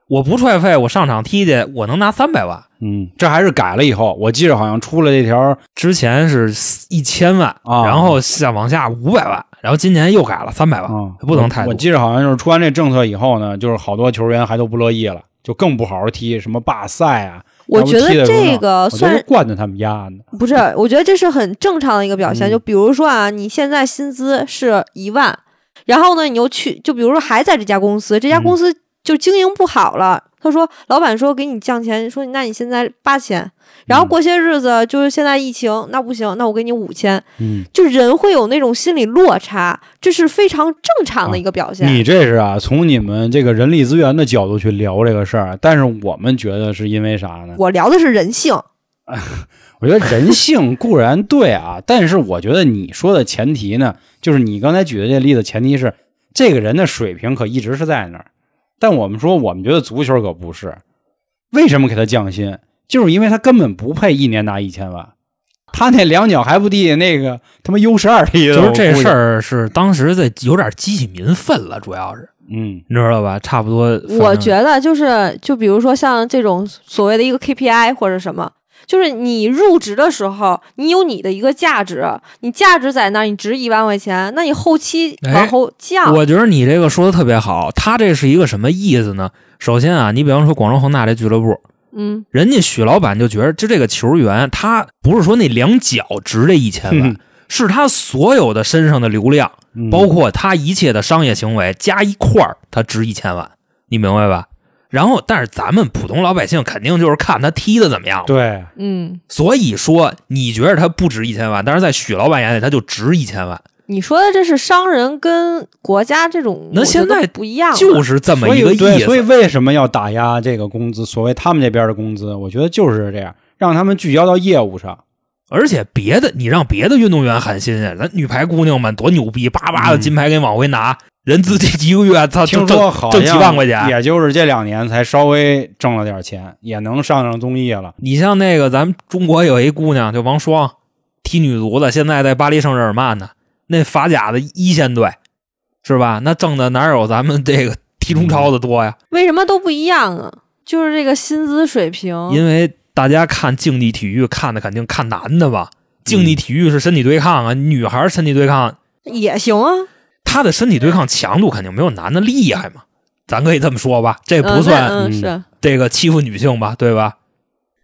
Speaker 3: 我不踹废，我上场踢去，我能拿三百万。
Speaker 2: 嗯，这还是改了以后，我记着好像出了这条，
Speaker 3: 之前是一千万，
Speaker 2: 啊
Speaker 3: 然后下往下五百万，然后今年又改了三百万，
Speaker 2: 嗯，
Speaker 3: 不能太
Speaker 2: 我。
Speaker 3: 多
Speaker 2: 我。记着好像就是出完这政策以后呢，就是好多球员还都不乐意了，就更不好好踢，什么罢赛啊，
Speaker 4: 我
Speaker 2: 要不
Speaker 4: 觉得
Speaker 2: 踢得
Speaker 4: 这
Speaker 2: 多
Speaker 4: 个
Speaker 2: 我觉得
Speaker 4: 算
Speaker 2: 惯着他们家呢。
Speaker 4: 不是，我觉得这是很正常的一个表现。
Speaker 2: 嗯
Speaker 4: 就比如说啊，你现在薪资是一
Speaker 2: 嗯
Speaker 4: 万，然后呢，你又去，就比如说还在这家公司，这家公司就经营不好了，他他说老板说给你降钱，说那你现在八千，然后
Speaker 2: 嗯
Speaker 4: 过些日子就是现在疫情，那不行，那我给你五千，
Speaker 2: 嗯，
Speaker 4: 就人会有那种心理落差，这是非常正常
Speaker 3: 啊
Speaker 4: 的一个表现。
Speaker 2: 你这是啊，从你们这个人力资源的角度去聊这个事儿，但是我们觉得是因为啥呢？
Speaker 4: 我聊的是人性，
Speaker 2: 我觉得人性固然对啊，但是我觉得你说的前提呢，就是你刚才举的这例子，前提是这个人的水平可一直是在那儿。但我们说，我们觉得足球可不是，为什么给他降薪？就是因为他根本不配一年拿一千万，他那两脚还不地那个他妈 U 十二踢的，
Speaker 3: 就是这
Speaker 2: 我估计
Speaker 3: 事，儿是当时在有点激起民愤了，主要是
Speaker 2: 嗯，
Speaker 3: 你知道吧？差不多，
Speaker 4: 我觉得就是，就比如说像这种所谓的一个 KPI 或者什么，就是你入职的时候，你有你的一个价值，你价值在那儿，你值一万块钱，那你后期
Speaker 3: 哎
Speaker 4: 往后降，
Speaker 3: 我觉得你这个说的特别好，他这是一个什么意思呢？首先啊，你比方说广州恒大这俱乐部，
Speaker 4: 嗯，
Speaker 3: 人家许老板就觉得，就这个球员，他不是说那两脚值这一千万，
Speaker 2: 嗯
Speaker 3: 是他所有的身上的流量，
Speaker 2: 嗯
Speaker 3: 包括他一切的商业行为加一块儿，他值一千万，你明白吧？然后，但是咱们普通老百姓肯定就是看他踢的怎么样了，
Speaker 2: 对，
Speaker 4: 嗯，
Speaker 3: 所以说你觉得他不值一千万，但是在许老板眼里他就值一千万，
Speaker 4: 你说的这是商人跟国家这种，
Speaker 3: 那
Speaker 4: 我觉
Speaker 3: 现在
Speaker 4: 得不一样啊了，
Speaker 3: 就是这么
Speaker 2: 所
Speaker 3: 一个
Speaker 2: 以对，
Speaker 3: 意
Speaker 2: 所以
Speaker 3: 思。
Speaker 2: 为什么要打压这个工资？所谓他们这边的工资，我觉得就是这样，让他们聚焦到业务上。
Speaker 3: 而且别的你让别的运动员寒心呀，咱女排姑娘们多牛逼，叭叭的
Speaker 2: 嗯
Speaker 3: 金牌给往回拿，人自己一个月他
Speaker 2: 听
Speaker 3: 挣
Speaker 2: 说好
Speaker 3: 挣几
Speaker 2: 像
Speaker 3: 万块钱，
Speaker 2: 也就是这两年才稍微挣了点钱，也能上上综艺了。
Speaker 3: 你像那个咱们中国有一姑娘就王霜，踢女足的，现在在巴黎圣日耳曼呢，那法甲的一线队，是吧？那挣的哪有咱们这个踢中超的多呀？
Speaker 4: 为什么都不一样啊？就是这个薪资水平，
Speaker 3: 因为大家看竞技体育看的肯定看男的
Speaker 2: 嗯
Speaker 3: 吧，竞技体育是身体对抗啊，女孩身体对抗，
Speaker 4: 也行啊，
Speaker 3: 她的身体对抗强度肯定没有男的厉害嘛，咱可以这么说吧，这
Speaker 4: 嗯
Speaker 3: 不算
Speaker 4: 那嗯
Speaker 2: 嗯
Speaker 4: 是，
Speaker 3: 这个欺负女性吧，对吧？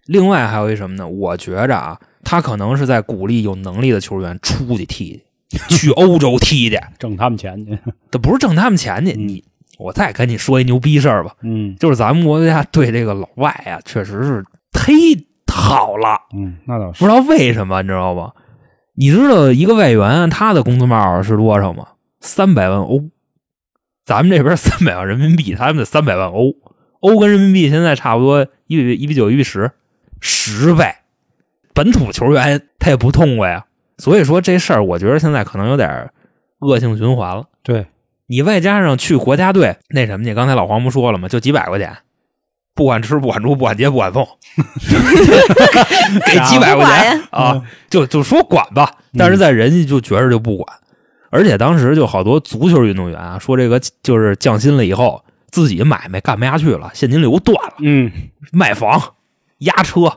Speaker 3: 另外还有一什么呢？我觉着啊，他可能是在鼓励有能力的球员出去踢去，去欧洲踢去，
Speaker 2: 挣他们钱去，
Speaker 3: 这不是挣他们钱
Speaker 4: 嗯
Speaker 3: 去。你我再跟你说一牛逼事儿吧，
Speaker 2: 嗯
Speaker 3: 就是咱们国家对这个老外啊，确实是忒好了，
Speaker 2: 嗯，那倒是
Speaker 3: 不知道为什么，你知道吗？你知道一个外援他的工资帽是多少吗？三百万欧，咱们这边三百万人民币，他们的三百万欧，欧跟人民币现在差不多一比一比九一比十，十倍。本土球员他也不痛快呀，所以说这事儿我觉得现在可能有点恶性循环了。
Speaker 2: 对，
Speaker 3: 你外加上去国家队那什么去，刚才老黄不说了吗？就几百块钱，不管吃不管住不管接不管送，给几百块钱啊，就就说管吧，但是在人家就觉着就不管，而且当时就好多足球运动员啊，说这个就是降薪了以后，自己买卖干不下去了，现金流断了，
Speaker 2: 嗯，
Speaker 3: 卖房、押车，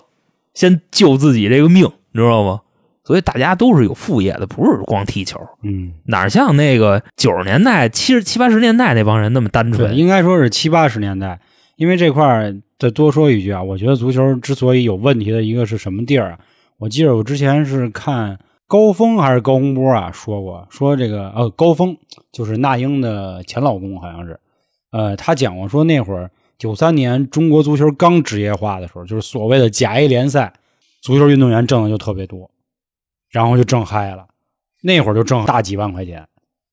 Speaker 3: 先救自己这个命，你知道吗？所以大家都是有副业的，不是光踢球。
Speaker 2: 嗯，
Speaker 3: 哪像那个九十年代、七十七八十年代那帮人那么单
Speaker 2: 对，
Speaker 3: 纯？
Speaker 2: 应该说是七八十年代，因为这块儿再多说一句啊，我觉得足球之所以有问题的一个是什么地儿啊？我记得我之前是看高峰还是高洪波啊说过，说这个呃高峰就是那英的前老公好像是，呃他讲过说那会儿九三年中国足球刚职业化的时候，就是所谓的甲 A 联赛，足球运动员挣的就特别多，然后就挣嗨了，那会儿就挣大几万块钱。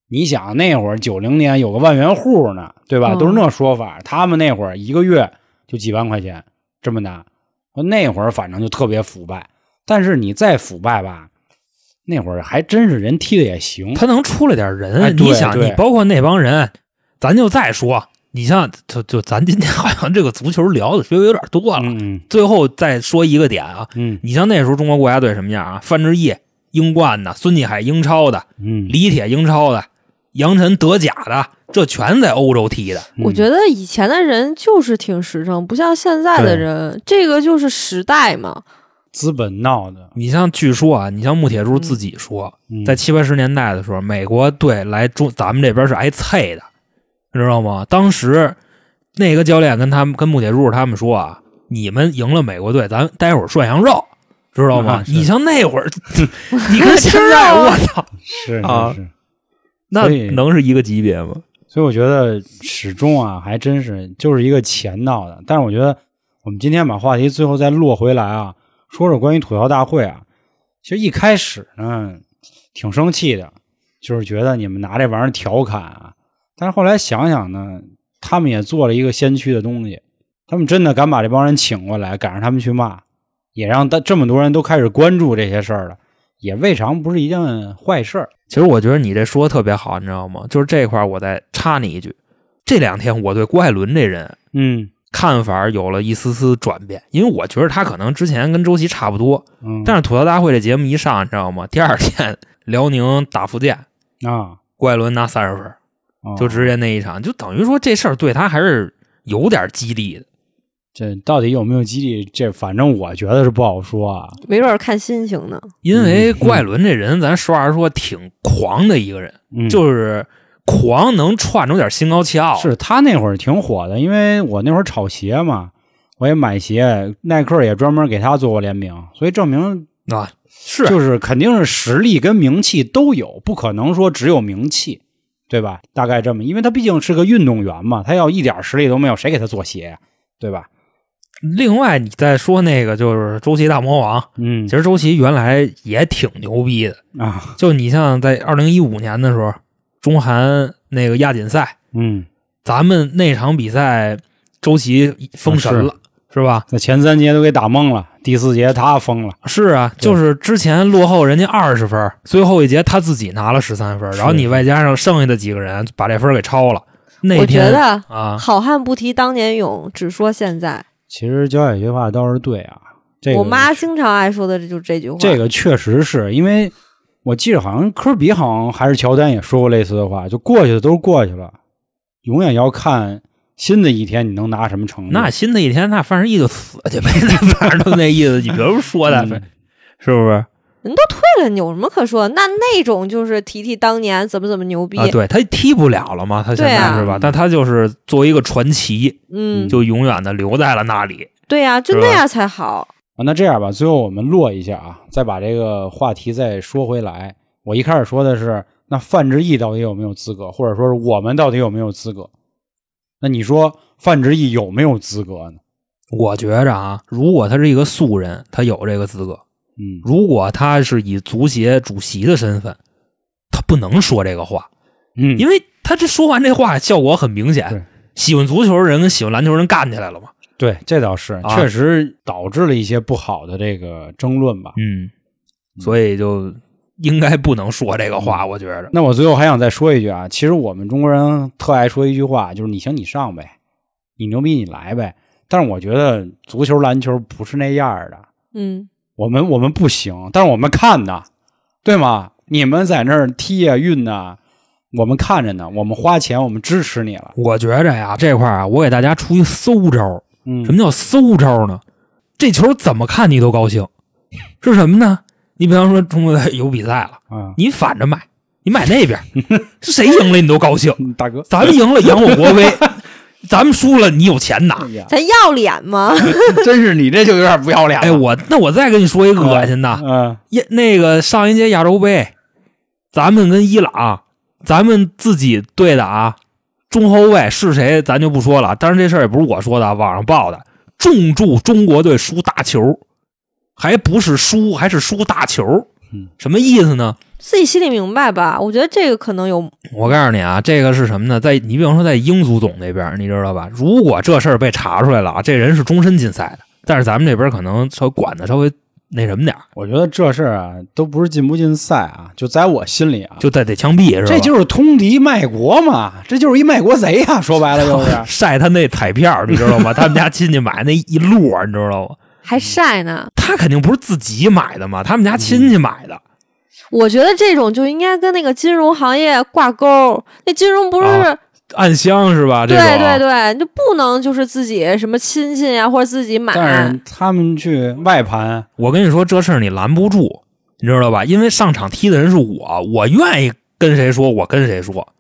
Speaker 2: 你想那会儿九零年有个万元户呢，对吧？
Speaker 4: 嗯
Speaker 2: 都是那说法，他们那会儿一个月就几万块钱这么拿，那会儿反正就特别腐败。但是你再腐败吧，那会儿还真是人踢的也行。
Speaker 3: 他能出来点人？
Speaker 2: 哎对
Speaker 3: 你想，
Speaker 2: 对
Speaker 3: 你包括那帮人，咱就再说，你像就就咱今天好 像这个足球聊的稍微有点多了。
Speaker 2: 嗯
Speaker 3: 最后再说一个点啊，
Speaker 2: 嗯
Speaker 3: 你像那时候中国国家队什么样啊？范志毅英冠的，孙继海英超的，
Speaker 2: 嗯，
Speaker 3: 李铁英超的，杨晨德甲的，这全在欧洲踢的。
Speaker 2: 嗯
Speaker 4: 我觉得以前的人就是挺实诚，不像现在
Speaker 2: 对
Speaker 4: 的人，这个就是时代嘛。
Speaker 2: 资本闹的，
Speaker 3: 你像据说啊，你像穆铁柱自己说，
Speaker 2: 嗯
Speaker 3: 在七八十年代的时候，美国队来中咱们这边是挨菜的，你知道吗？当时那个教练跟他们跟穆铁柱他们说啊，你们赢了美国队，咱待会儿涮羊肉，知道吗
Speaker 2: 啊？是
Speaker 3: 你像那 会儿，你跟现在，
Speaker 4: 吃肉啊
Speaker 3: 我操，
Speaker 2: 是
Speaker 3: 啊
Speaker 2: 是是，
Speaker 3: 那
Speaker 2: 所以
Speaker 3: 能是一个级别吗？
Speaker 2: 所以我觉得始终啊，还真是就是一个钱闹的。但是我觉得我们今天把话题最后再落回来啊，说说关于吐槽大会啊。其实一开始呢，挺生气的，就是觉得你们拿这玩意儿调侃啊。但是后来想想呢，他们也做了一个先驱的东西，他们真的敢把这帮人请过来，赶上他们去骂，也让大这么多人都开始关注这些事儿了，也未尝不是一件坏事儿。
Speaker 3: 其实我觉得你这说的特别好，你知道吗？就是这块儿我再插你一句，这两天我对郭艾伦这人
Speaker 2: 嗯
Speaker 3: 看法有了一丝丝转变，因为我觉得他可能之前跟周琦差不多，
Speaker 2: 嗯，
Speaker 3: 但是吐槽大会这节目一上，你知道吗？第二天辽宁打福建，
Speaker 2: 啊，
Speaker 3: 郭艾伦拿三十分，
Speaker 2: 哦
Speaker 3: 就直接那一场，就等于说这事儿对他还是有点激励的。
Speaker 2: 这到底有没有激励？这反正我觉得是不好说啊。
Speaker 4: 没准儿看心情呢。
Speaker 3: 因
Speaker 2: 嗯
Speaker 3: 为郭艾伦这人，咱实话实说，挺狂的一个人，
Speaker 2: 嗯，
Speaker 3: 就是狂能串出点心高气傲。
Speaker 2: 是他那会儿挺火的，因为我那会儿炒鞋嘛，我也买鞋，耐克也专门给他做过联名，所以证明
Speaker 3: 啊，是
Speaker 2: 就是肯定是实力跟名气都有，不可能说只有名气，对吧？大概这么，因为他毕竟是个运动员嘛，他要一点实力都没有，谁给他做鞋呀，对吧？
Speaker 3: 另外，你再说那个就是周琦大魔王，
Speaker 2: 嗯
Speaker 3: 其实周琦原来也挺牛逼的。
Speaker 2: 啊，
Speaker 3: 就你像在二零一五年的时候，中韩那个亚锦赛，
Speaker 2: 嗯，
Speaker 3: 咱们那场比赛周琦封神
Speaker 2: 啊
Speaker 3: 了，是吧？
Speaker 2: 那前三节都给打懵了，第四节他疯了，
Speaker 3: 是啊，
Speaker 2: 对
Speaker 3: 就是之前落后人家二十分，最后一节他自己拿了十三分，
Speaker 2: 是
Speaker 3: 然后你外加上剩下的几个人把这分给超了。那
Speaker 4: 我觉
Speaker 3: 天
Speaker 4: 得
Speaker 3: 啊，
Speaker 4: 好汉不提当年勇，只说现在。
Speaker 2: 其实焦姐这话倒是对啊，这个
Speaker 4: 我妈经常爱说的这就是这句话。
Speaker 2: 这个确实是因为我记得好像科比好像还是乔丹也说过类似的话，就过去的都是过去了，永远要看新的一天你能拿什么成绩。
Speaker 3: 那新的一天，那范志毅就死去呗，那反正都那意思，你 别说
Speaker 2: 嗯
Speaker 3: 他
Speaker 2: 啊
Speaker 3: 呗，是不是？
Speaker 4: 人都退了，你有什么可说？那那种就是提提当年怎么怎么牛逼，
Speaker 3: 啊，对他踢不了了嘛，他现
Speaker 4: 对
Speaker 3: 在
Speaker 4: 啊
Speaker 3: 是吧？但他就是作为一个传奇，
Speaker 4: 嗯，
Speaker 3: 就永远的留在了那里。
Speaker 4: 对呀、就是
Speaker 3: 吧
Speaker 4: 那样才好。
Speaker 2: 啊，那这样吧，最后我们落一下啊，再把这个话题再说回来。我一开始说的是，那范志毅到底有没有资格，或者说是我们到底有没有资格？那你说范志毅有没有资格呢？
Speaker 3: 我觉着啊，如果他是一个素人，他有这个资格；
Speaker 2: 嗯，
Speaker 3: 如果他是以足协主席的身份，他不能说这个话，
Speaker 2: 嗯，
Speaker 3: 因为他这说完这话效果很明
Speaker 2: 对
Speaker 3: 显。喜欢足球的人跟喜欢篮球的人干起来了嘛？
Speaker 2: 对，这倒是、
Speaker 3: 啊
Speaker 2: 确实导致了一些不好的这个争论吧。
Speaker 3: 嗯，所以就应该不能说这个
Speaker 2: 嗯
Speaker 3: 话，我觉着。
Speaker 2: 那我最后还想再说一句啊，其实我们中国人特爱说一句话，就是你行你上呗，你牛逼你来呗。但是我觉得足球、篮球不是那样儿的，
Speaker 4: 嗯，
Speaker 2: 我们我们不行，但是我们看呢，对吗？你们在那儿踢呀、运呐、我们看着呢，我们花钱，我们支持你了。
Speaker 3: 我觉着呀，这块儿啊，我给大家出一馊招儿。
Speaker 2: 嗯
Speaker 3: 什么叫馊招呢？这球怎么看你都 高兴，是什么呢？你比方说中国队有比赛了，
Speaker 2: 啊？
Speaker 3: 你反着买，你买那边 儿，谁赢了你都高兴。
Speaker 2: 嗯大哥，
Speaker 3: 咱们赢了扬我国威，咱们输了你有钱拿
Speaker 2: 哎。呀，
Speaker 4: 咱要脸吗？
Speaker 2: 真是你这就有点不要脸了。
Speaker 3: 哎，我那我再跟你说一个
Speaker 2: 嗯
Speaker 3: 恶心的，
Speaker 2: 嗯
Speaker 3: 亚那个上一届亚洲杯，咱们跟伊朗，咱们自己队的啊，中后卫是谁咱就不说了，当然这事儿也不是我说的啊，网上报的，重注中国队输大球，还不是输，还是输大球
Speaker 2: 嗯，
Speaker 3: 什么意思呢？
Speaker 4: 自己心里明白吧。我觉得这个可能有，
Speaker 3: 我告诉你啊，这个是什么呢？在你比方说在英足总那边，你知道吧？如果这事儿被查出来了啊，这人是终身禁赛的，但是咱们这边可能稍微管的稍微那什么点儿，
Speaker 2: 我觉得这事儿啊，都不是进不进赛啊，就在我心里啊，
Speaker 3: 就得得枪毙是吧？
Speaker 2: 这就是通敌卖国嘛，这就是一卖国贼 呀、说白了就是。
Speaker 3: 晒他那彩票，你知道吗？他们家亲戚买那一摞，你知道吗？
Speaker 4: 还晒呢。
Speaker 3: 他肯定不是自己买的嘛，他们家亲戚买的。
Speaker 4: 我觉得这种就应该跟那个金融行业挂钩。那金融不是、
Speaker 3: 啊暗箱是吧？这
Speaker 4: 对
Speaker 3: 种啊
Speaker 4: 对对，就不能就是自己什么亲戚啊，或者自己买。
Speaker 2: 但是他们去外盘，
Speaker 3: 我跟你说这事儿你拦不住，你知道吧？因为上场踢的人是我，我愿意跟谁说我跟谁说，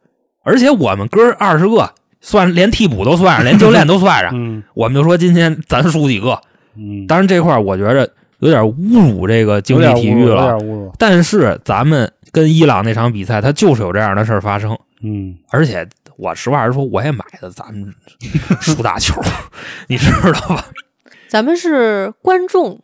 Speaker 3: 而且我们哥二十个，算连替补都算上，连教练都算上，
Speaker 2: 嗯
Speaker 3: 我们就说今天咱输几个。
Speaker 2: 嗯，
Speaker 3: 啊当然这块儿我觉着有点侮辱这个竞
Speaker 2: 有
Speaker 3: 技
Speaker 2: 点
Speaker 3: 体
Speaker 2: 侮
Speaker 3: 育
Speaker 2: 辱，有
Speaker 3: 了
Speaker 2: 点，侮辱。
Speaker 3: 但是咱们跟伊朗那场比赛，它就是有这样的事儿发生。
Speaker 2: 嗯，
Speaker 3: 而且我实话实说，我也买的咱们树大球， 你知道吧？
Speaker 4: 咱们是观众，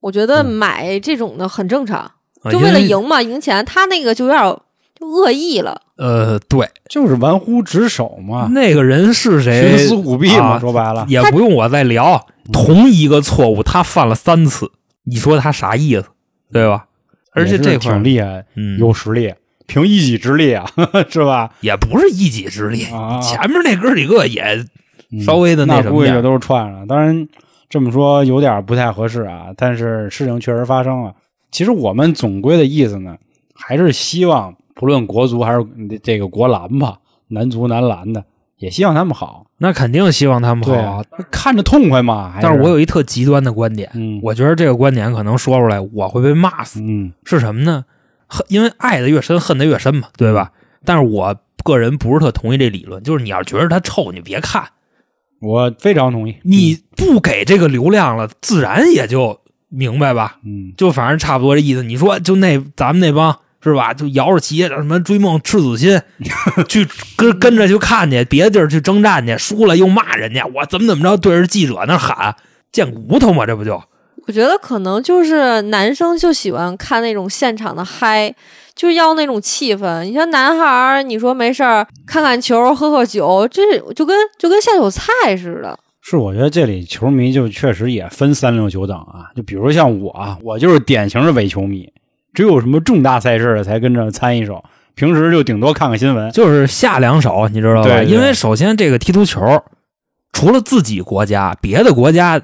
Speaker 4: 我觉得
Speaker 3: 嗯
Speaker 4: 买这种的很正常，
Speaker 3: 啊
Speaker 4: 就为了。
Speaker 3: 因
Speaker 4: 赢嘛，赢钱。他那个就有点儿就恶意了，
Speaker 3: 呃，对，
Speaker 2: 就是玩忽职守嘛，
Speaker 3: 那个人是谁
Speaker 2: 徇？私舞弊嘛，
Speaker 3: 啊
Speaker 2: 说白了，
Speaker 3: 也不用我再聊，
Speaker 2: 嗯
Speaker 3: 同一个错误他犯了三次，你说他啥意思，对吧？而且
Speaker 2: 也是
Speaker 3: 这块
Speaker 2: 挺
Speaker 3: 儿，
Speaker 2: 厉害，
Speaker 3: 嗯，
Speaker 2: 有实力，凭一己之力啊， 是吧？
Speaker 3: 也不是一己之力，
Speaker 2: 啊，
Speaker 3: 前面那哥几个也
Speaker 2: 嗯
Speaker 3: 稍微的
Speaker 2: 那
Speaker 3: 什
Speaker 2: 估
Speaker 3: 么
Speaker 2: 计
Speaker 3: 点
Speaker 2: 就
Speaker 3: 儿，
Speaker 2: 都是串了。当然这么说有点不太合适啊，但是事情确实发生了。其实我们总归的意思呢，还是希望不论国足还是这个国篮吧，男足男篮的，也希望他们好。
Speaker 3: 那肯定希望他们好
Speaker 2: 对
Speaker 3: 啊
Speaker 2: 啊。，看着痛快嘛。还
Speaker 3: 但是我有一特极端的观点，
Speaker 2: 嗯，
Speaker 3: 我觉得这个观点可能说出来我会被骂死，
Speaker 2: 嗯
Speaker 3: 是什么呢？恨，因为爱的越深，恨的越深嘛，对吧？但是我个人不是特同意这理论，就是你要觉得他臭，你别看，
Speaker 2: 我非常同意。
Speaker 3: 你不给这个流量了，自然也就明白吧。
Speaker 2: 嗯
Speaker 3: 就反正差不多这意思。你说就那咱们那帮是吧？就摇着旗什么追梦赤子心，去跟跟着去看去，别的地儿去征战去，输了又骂人家，我怎么怎么着，对着记者那喊贱骨头嘛，这不就
Speaker 4: 我觉得可能就是男生就喜欢看那种现场的嗨，就是要那种气氛。你像男孩儿，你说没事儿看看球、喝喝酒，这就跟就跟下酒菜似的。
Speaker 2: 是，我觉得这里球迷就确实也分三六九等啊。就比如像我啊，我就是典型的伪球迷，只有什么重大赛事了才跟着参一手，平时就顶多看看新闻。
Speaker 3: 就是下两手，你知道吧？
Speaker 2: 对对
Speaker 3: 因为首先这个踢足球，除了自己国家，别的国家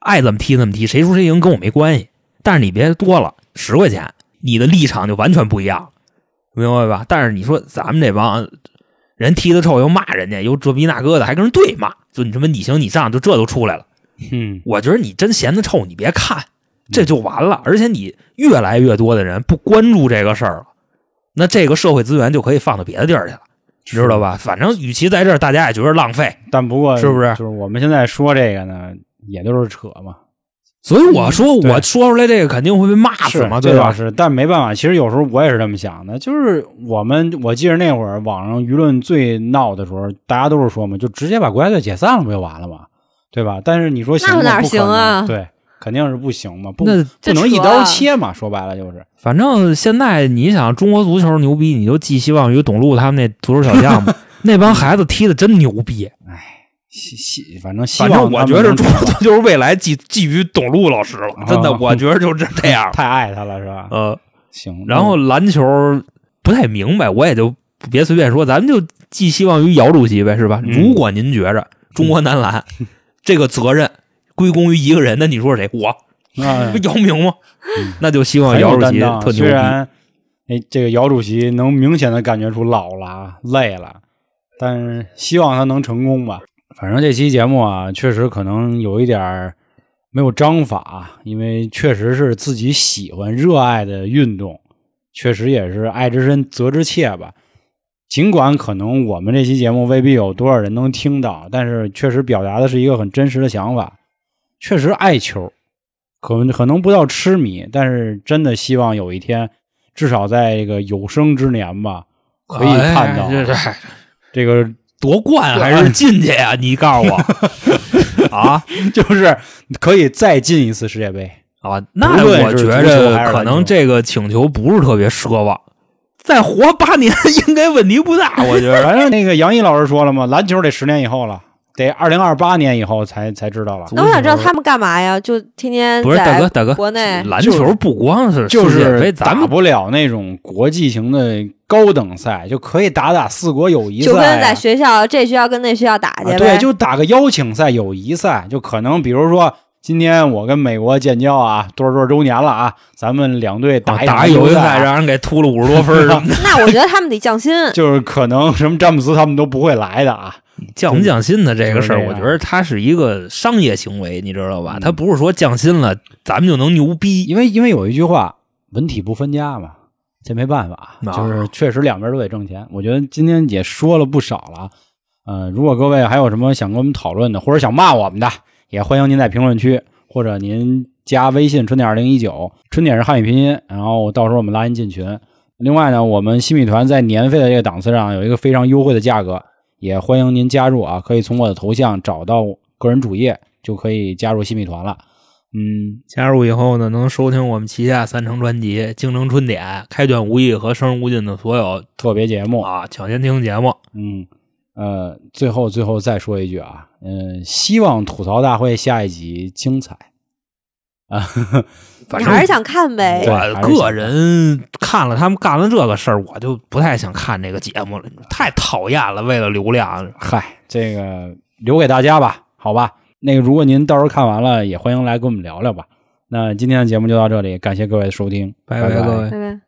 Speaker 3: 爱怎么踢怎么踢，谁输谁赢跟我没关系。但是你别多了十块钱，你的立场就完全不一样了，明白吧？但是你说咱们这帮人踢得臭，又骂人家，又这逼那哥的，还跟人对骂，就你他妈你行你上，就这都出来了。
Speaker 2: 嗯，
Speaker 3: 我觉得你真嫌得臭，你别看，这就完了。而且你越来越多的人不关注这个事儿了，那这个社会资源就可以放到别的地儿去了，你知道吧？反正与其在这儿，大家也觉得浪费。
Speaker 2: 但不过
Speaker 3: 是不是
Speaker 2: 就是我们现在说这个呢，也都是扯嘛，
Speaker 3: 所以我说，
Speaker 2: 对
Speaker 3: 我说出来这个肯定会被骂死
Speaker 2: 是
Speaker 3: 嘛，
Speaker 2: 这
Speaker 3: 对
Speaker 2: 倒
Speaker 3: 吧？
Speaker 2: 是，但没办法，其实有时候我也是这么想的，就是我们我记得那会儿网上舆论最闹的时候，大家都是说嘛，就直接把国家队解散了不就完了嘛，对吧？但是你说行吗
Speaker 4: 那哪
Speaker 2: 不可能
Speaker 4: 行啊
Speaker 2: 对，肯定是不行嘛，不
Speaker 3: 那
Speaker 2: 不
Speaker 4: 这
Speaker 2: 能
Speaker 4: 扯
Speaker 2: 一刀
Speaker 4: 啊
Speaker 2: 切嘛，说白了就是，
Speaker 3: 反正现在你想中国足球牛逼，你就寄希望于董路他们那足球小将 嘛。那帮孩子踢的真牛逼，
Speaker 2: 希希反正希
Speaker 3: 反
Speaker 2: 望
Speaker 3: 正我
Speaker 2: 他们
Speaker 3: 觉得
Speaker 2: 能
Speaker 3: 中
Speaker 2: 找
Speaker 3: 国
Speaker 2: 到
Speaker 3: 足球未来寄寄于董路老师了，真的，
Speaker 2: 啊。
Speaker 3: 我觉得就是这样
Speaker 2: 太爱他了是吧？
Speaker 3: 呃，
Speaker 2: 行，
Speaker 3: 然后篮球不太明白，我也就别随便说，咱们就寄希望于姚主席呗，是吧？
Speaker 2: 嗯
Speaker 3: 如果您觉着中国男篮这个责任归功于一个人，那你说是谁？我
Speaker 2: 啊
Speaker 3: 不。姚明吗
Speaker 2: 嗯？
Speaker 3: 那就希望
Speaker 2: 很有
Speaker 3: 姚主
Speaker 2: 担
Speaker 3: 席
Speaker 2: 当啊
Speaker 3: 特牛
Speaker 2: 虽
Speaker 3: 逼。
Speaker 2: 然哎，这个姚主席能明显的感觉出老了啊、累了，但是希望他能成功吧。反正这期节目啊，确实可能有一点儿没有章法，因为确实是自己喜欢、热爱的运动，确实也是爱之深，责之切吧。尽管可能我们这期节目未必有多少人能听到，但是确实表达的是一个很真实的想法。确实爱球，可能可能不到痴迷，但是真的希望有一天，至少在这个有生之年吧，可以看到啊
Speaker 3: 哎这这
Speaker 2: 这个
Speaker 3: 夺冠还是进去呀？你告诉我 啊
Speaker 2: 就是可以再进一次世界杯。
Speaker 3: 啊！那
Speaker 2: 不论
Speaker 3: 我
Speaker 2: 是足
Speaker 3: 觉
Speaker 2: 球还
Speaker 3: 着
Speaker 2: 是
Speaker 3: 可
Speaker 2: 篮球
Speaker 3: 能这个请求不是特别奢望，再活八年应该问题不大，我觉得。
Speaker 2: 反正那个杨毅老师说了嘛，篮球得十年以后了，得二零二八年以后才才知道了。
Speaker 4: 那我想知道他们干嘛呀？就天天
Speaker 3: 不是大哥，
Speaker 4: 在
Speaker 3: 大哥，
Speaker 4: 国内
Speaker 3: 篮球不光是
Speaker 2: 就
Speaker 3: 世界
Speaker 2: 是
Speaker 3: 杯
Speaker 2: 打
Speaker 3: 咱们
Speaker 2: 不了那种国际型的高等赛，就可以打打四国友谊赛、
Speaker 4: 就
Speaker 2: 啊，
Speaker 4: 跟在学校这学校跟那学校打去呗。
Speaker 2: 啊，对，就打个邀请赛、友谊赛，就可能比如说今天我跟美国建交啊，多少多少周年了啊，咱们两队打一
Speaker 3: 哦打
Speaker 2: 场
Speaker 3: 友
Speaker 2: 谊
Speaker 3: 谊
Speaker 2: 赛
Speaker 3: 赛，
Speaker 2: 啊，
Speaker 3: 让人给秃了五十多分儿什 么的，
Speaker 4: 那我觉得他们得降薪。
Speaker 2: 就是可能什么詹姆斯他们都不会来的啊。
Speaker 3: 降不降薪的这个事儿，
Speaker 2: 就是这样
Speaker 3: 我觉得它是一个商业行为，你知道吧
Speaker 2: 嗯？
Speaker 3: 它不是说降薪了咱们就能牛逼。
Speaker 2: 因为因为有一句话，文体不分家嘛，这没办法，
Speaker 3: 啊
Speaker 2: 就是确实两边都得挣钱。我觉得今天也说了不少了啊，呃，如果各位还有什么想跟我们讨论的，或者想骂我们的，也欢迎您在评论区或者您加微信“春点二零一九”，春点是汉语拼音，然后到时候我们拉您进群。另外呢，我们新米团在年费的这个档次上有一个非常优惠的价格，也欢迎您加入啊，可以从我的头像找到个人主页，就可以加入新米团了。嗯，
Speaker 3: 加入以后呢，能收听我们旗下三张专辑《京城春典》《开卷无益》和《生日无尽》的所有
Speaker 2: 特别节目，
Speaker 3: 啊抢先听节目。
Speaker 2: 嗯，呃，最后最后再说一句啊，嗯、希望吐槽大会下一集精彩啊，反
Speaker 4: 你
Speaker 2: 正
Speaker 4: 还是想看呗
Speaker 2: 对。
Speaker 3: 我个人看了他们干了这个事儿，我就不太想看这个节目了，太讨厌了。为了流量，
Speaker 2: 嗨，这个留给大家吧，好吧。那个，如果您到时候看完了，也欢迎来跟我们聊聊吧。那今天的节目就到这里，感谢各位的收听，
Speaker 3: 拜
Speaker 2: 拜
Speaker 3: 各位。
Speaker 4: 拜拜。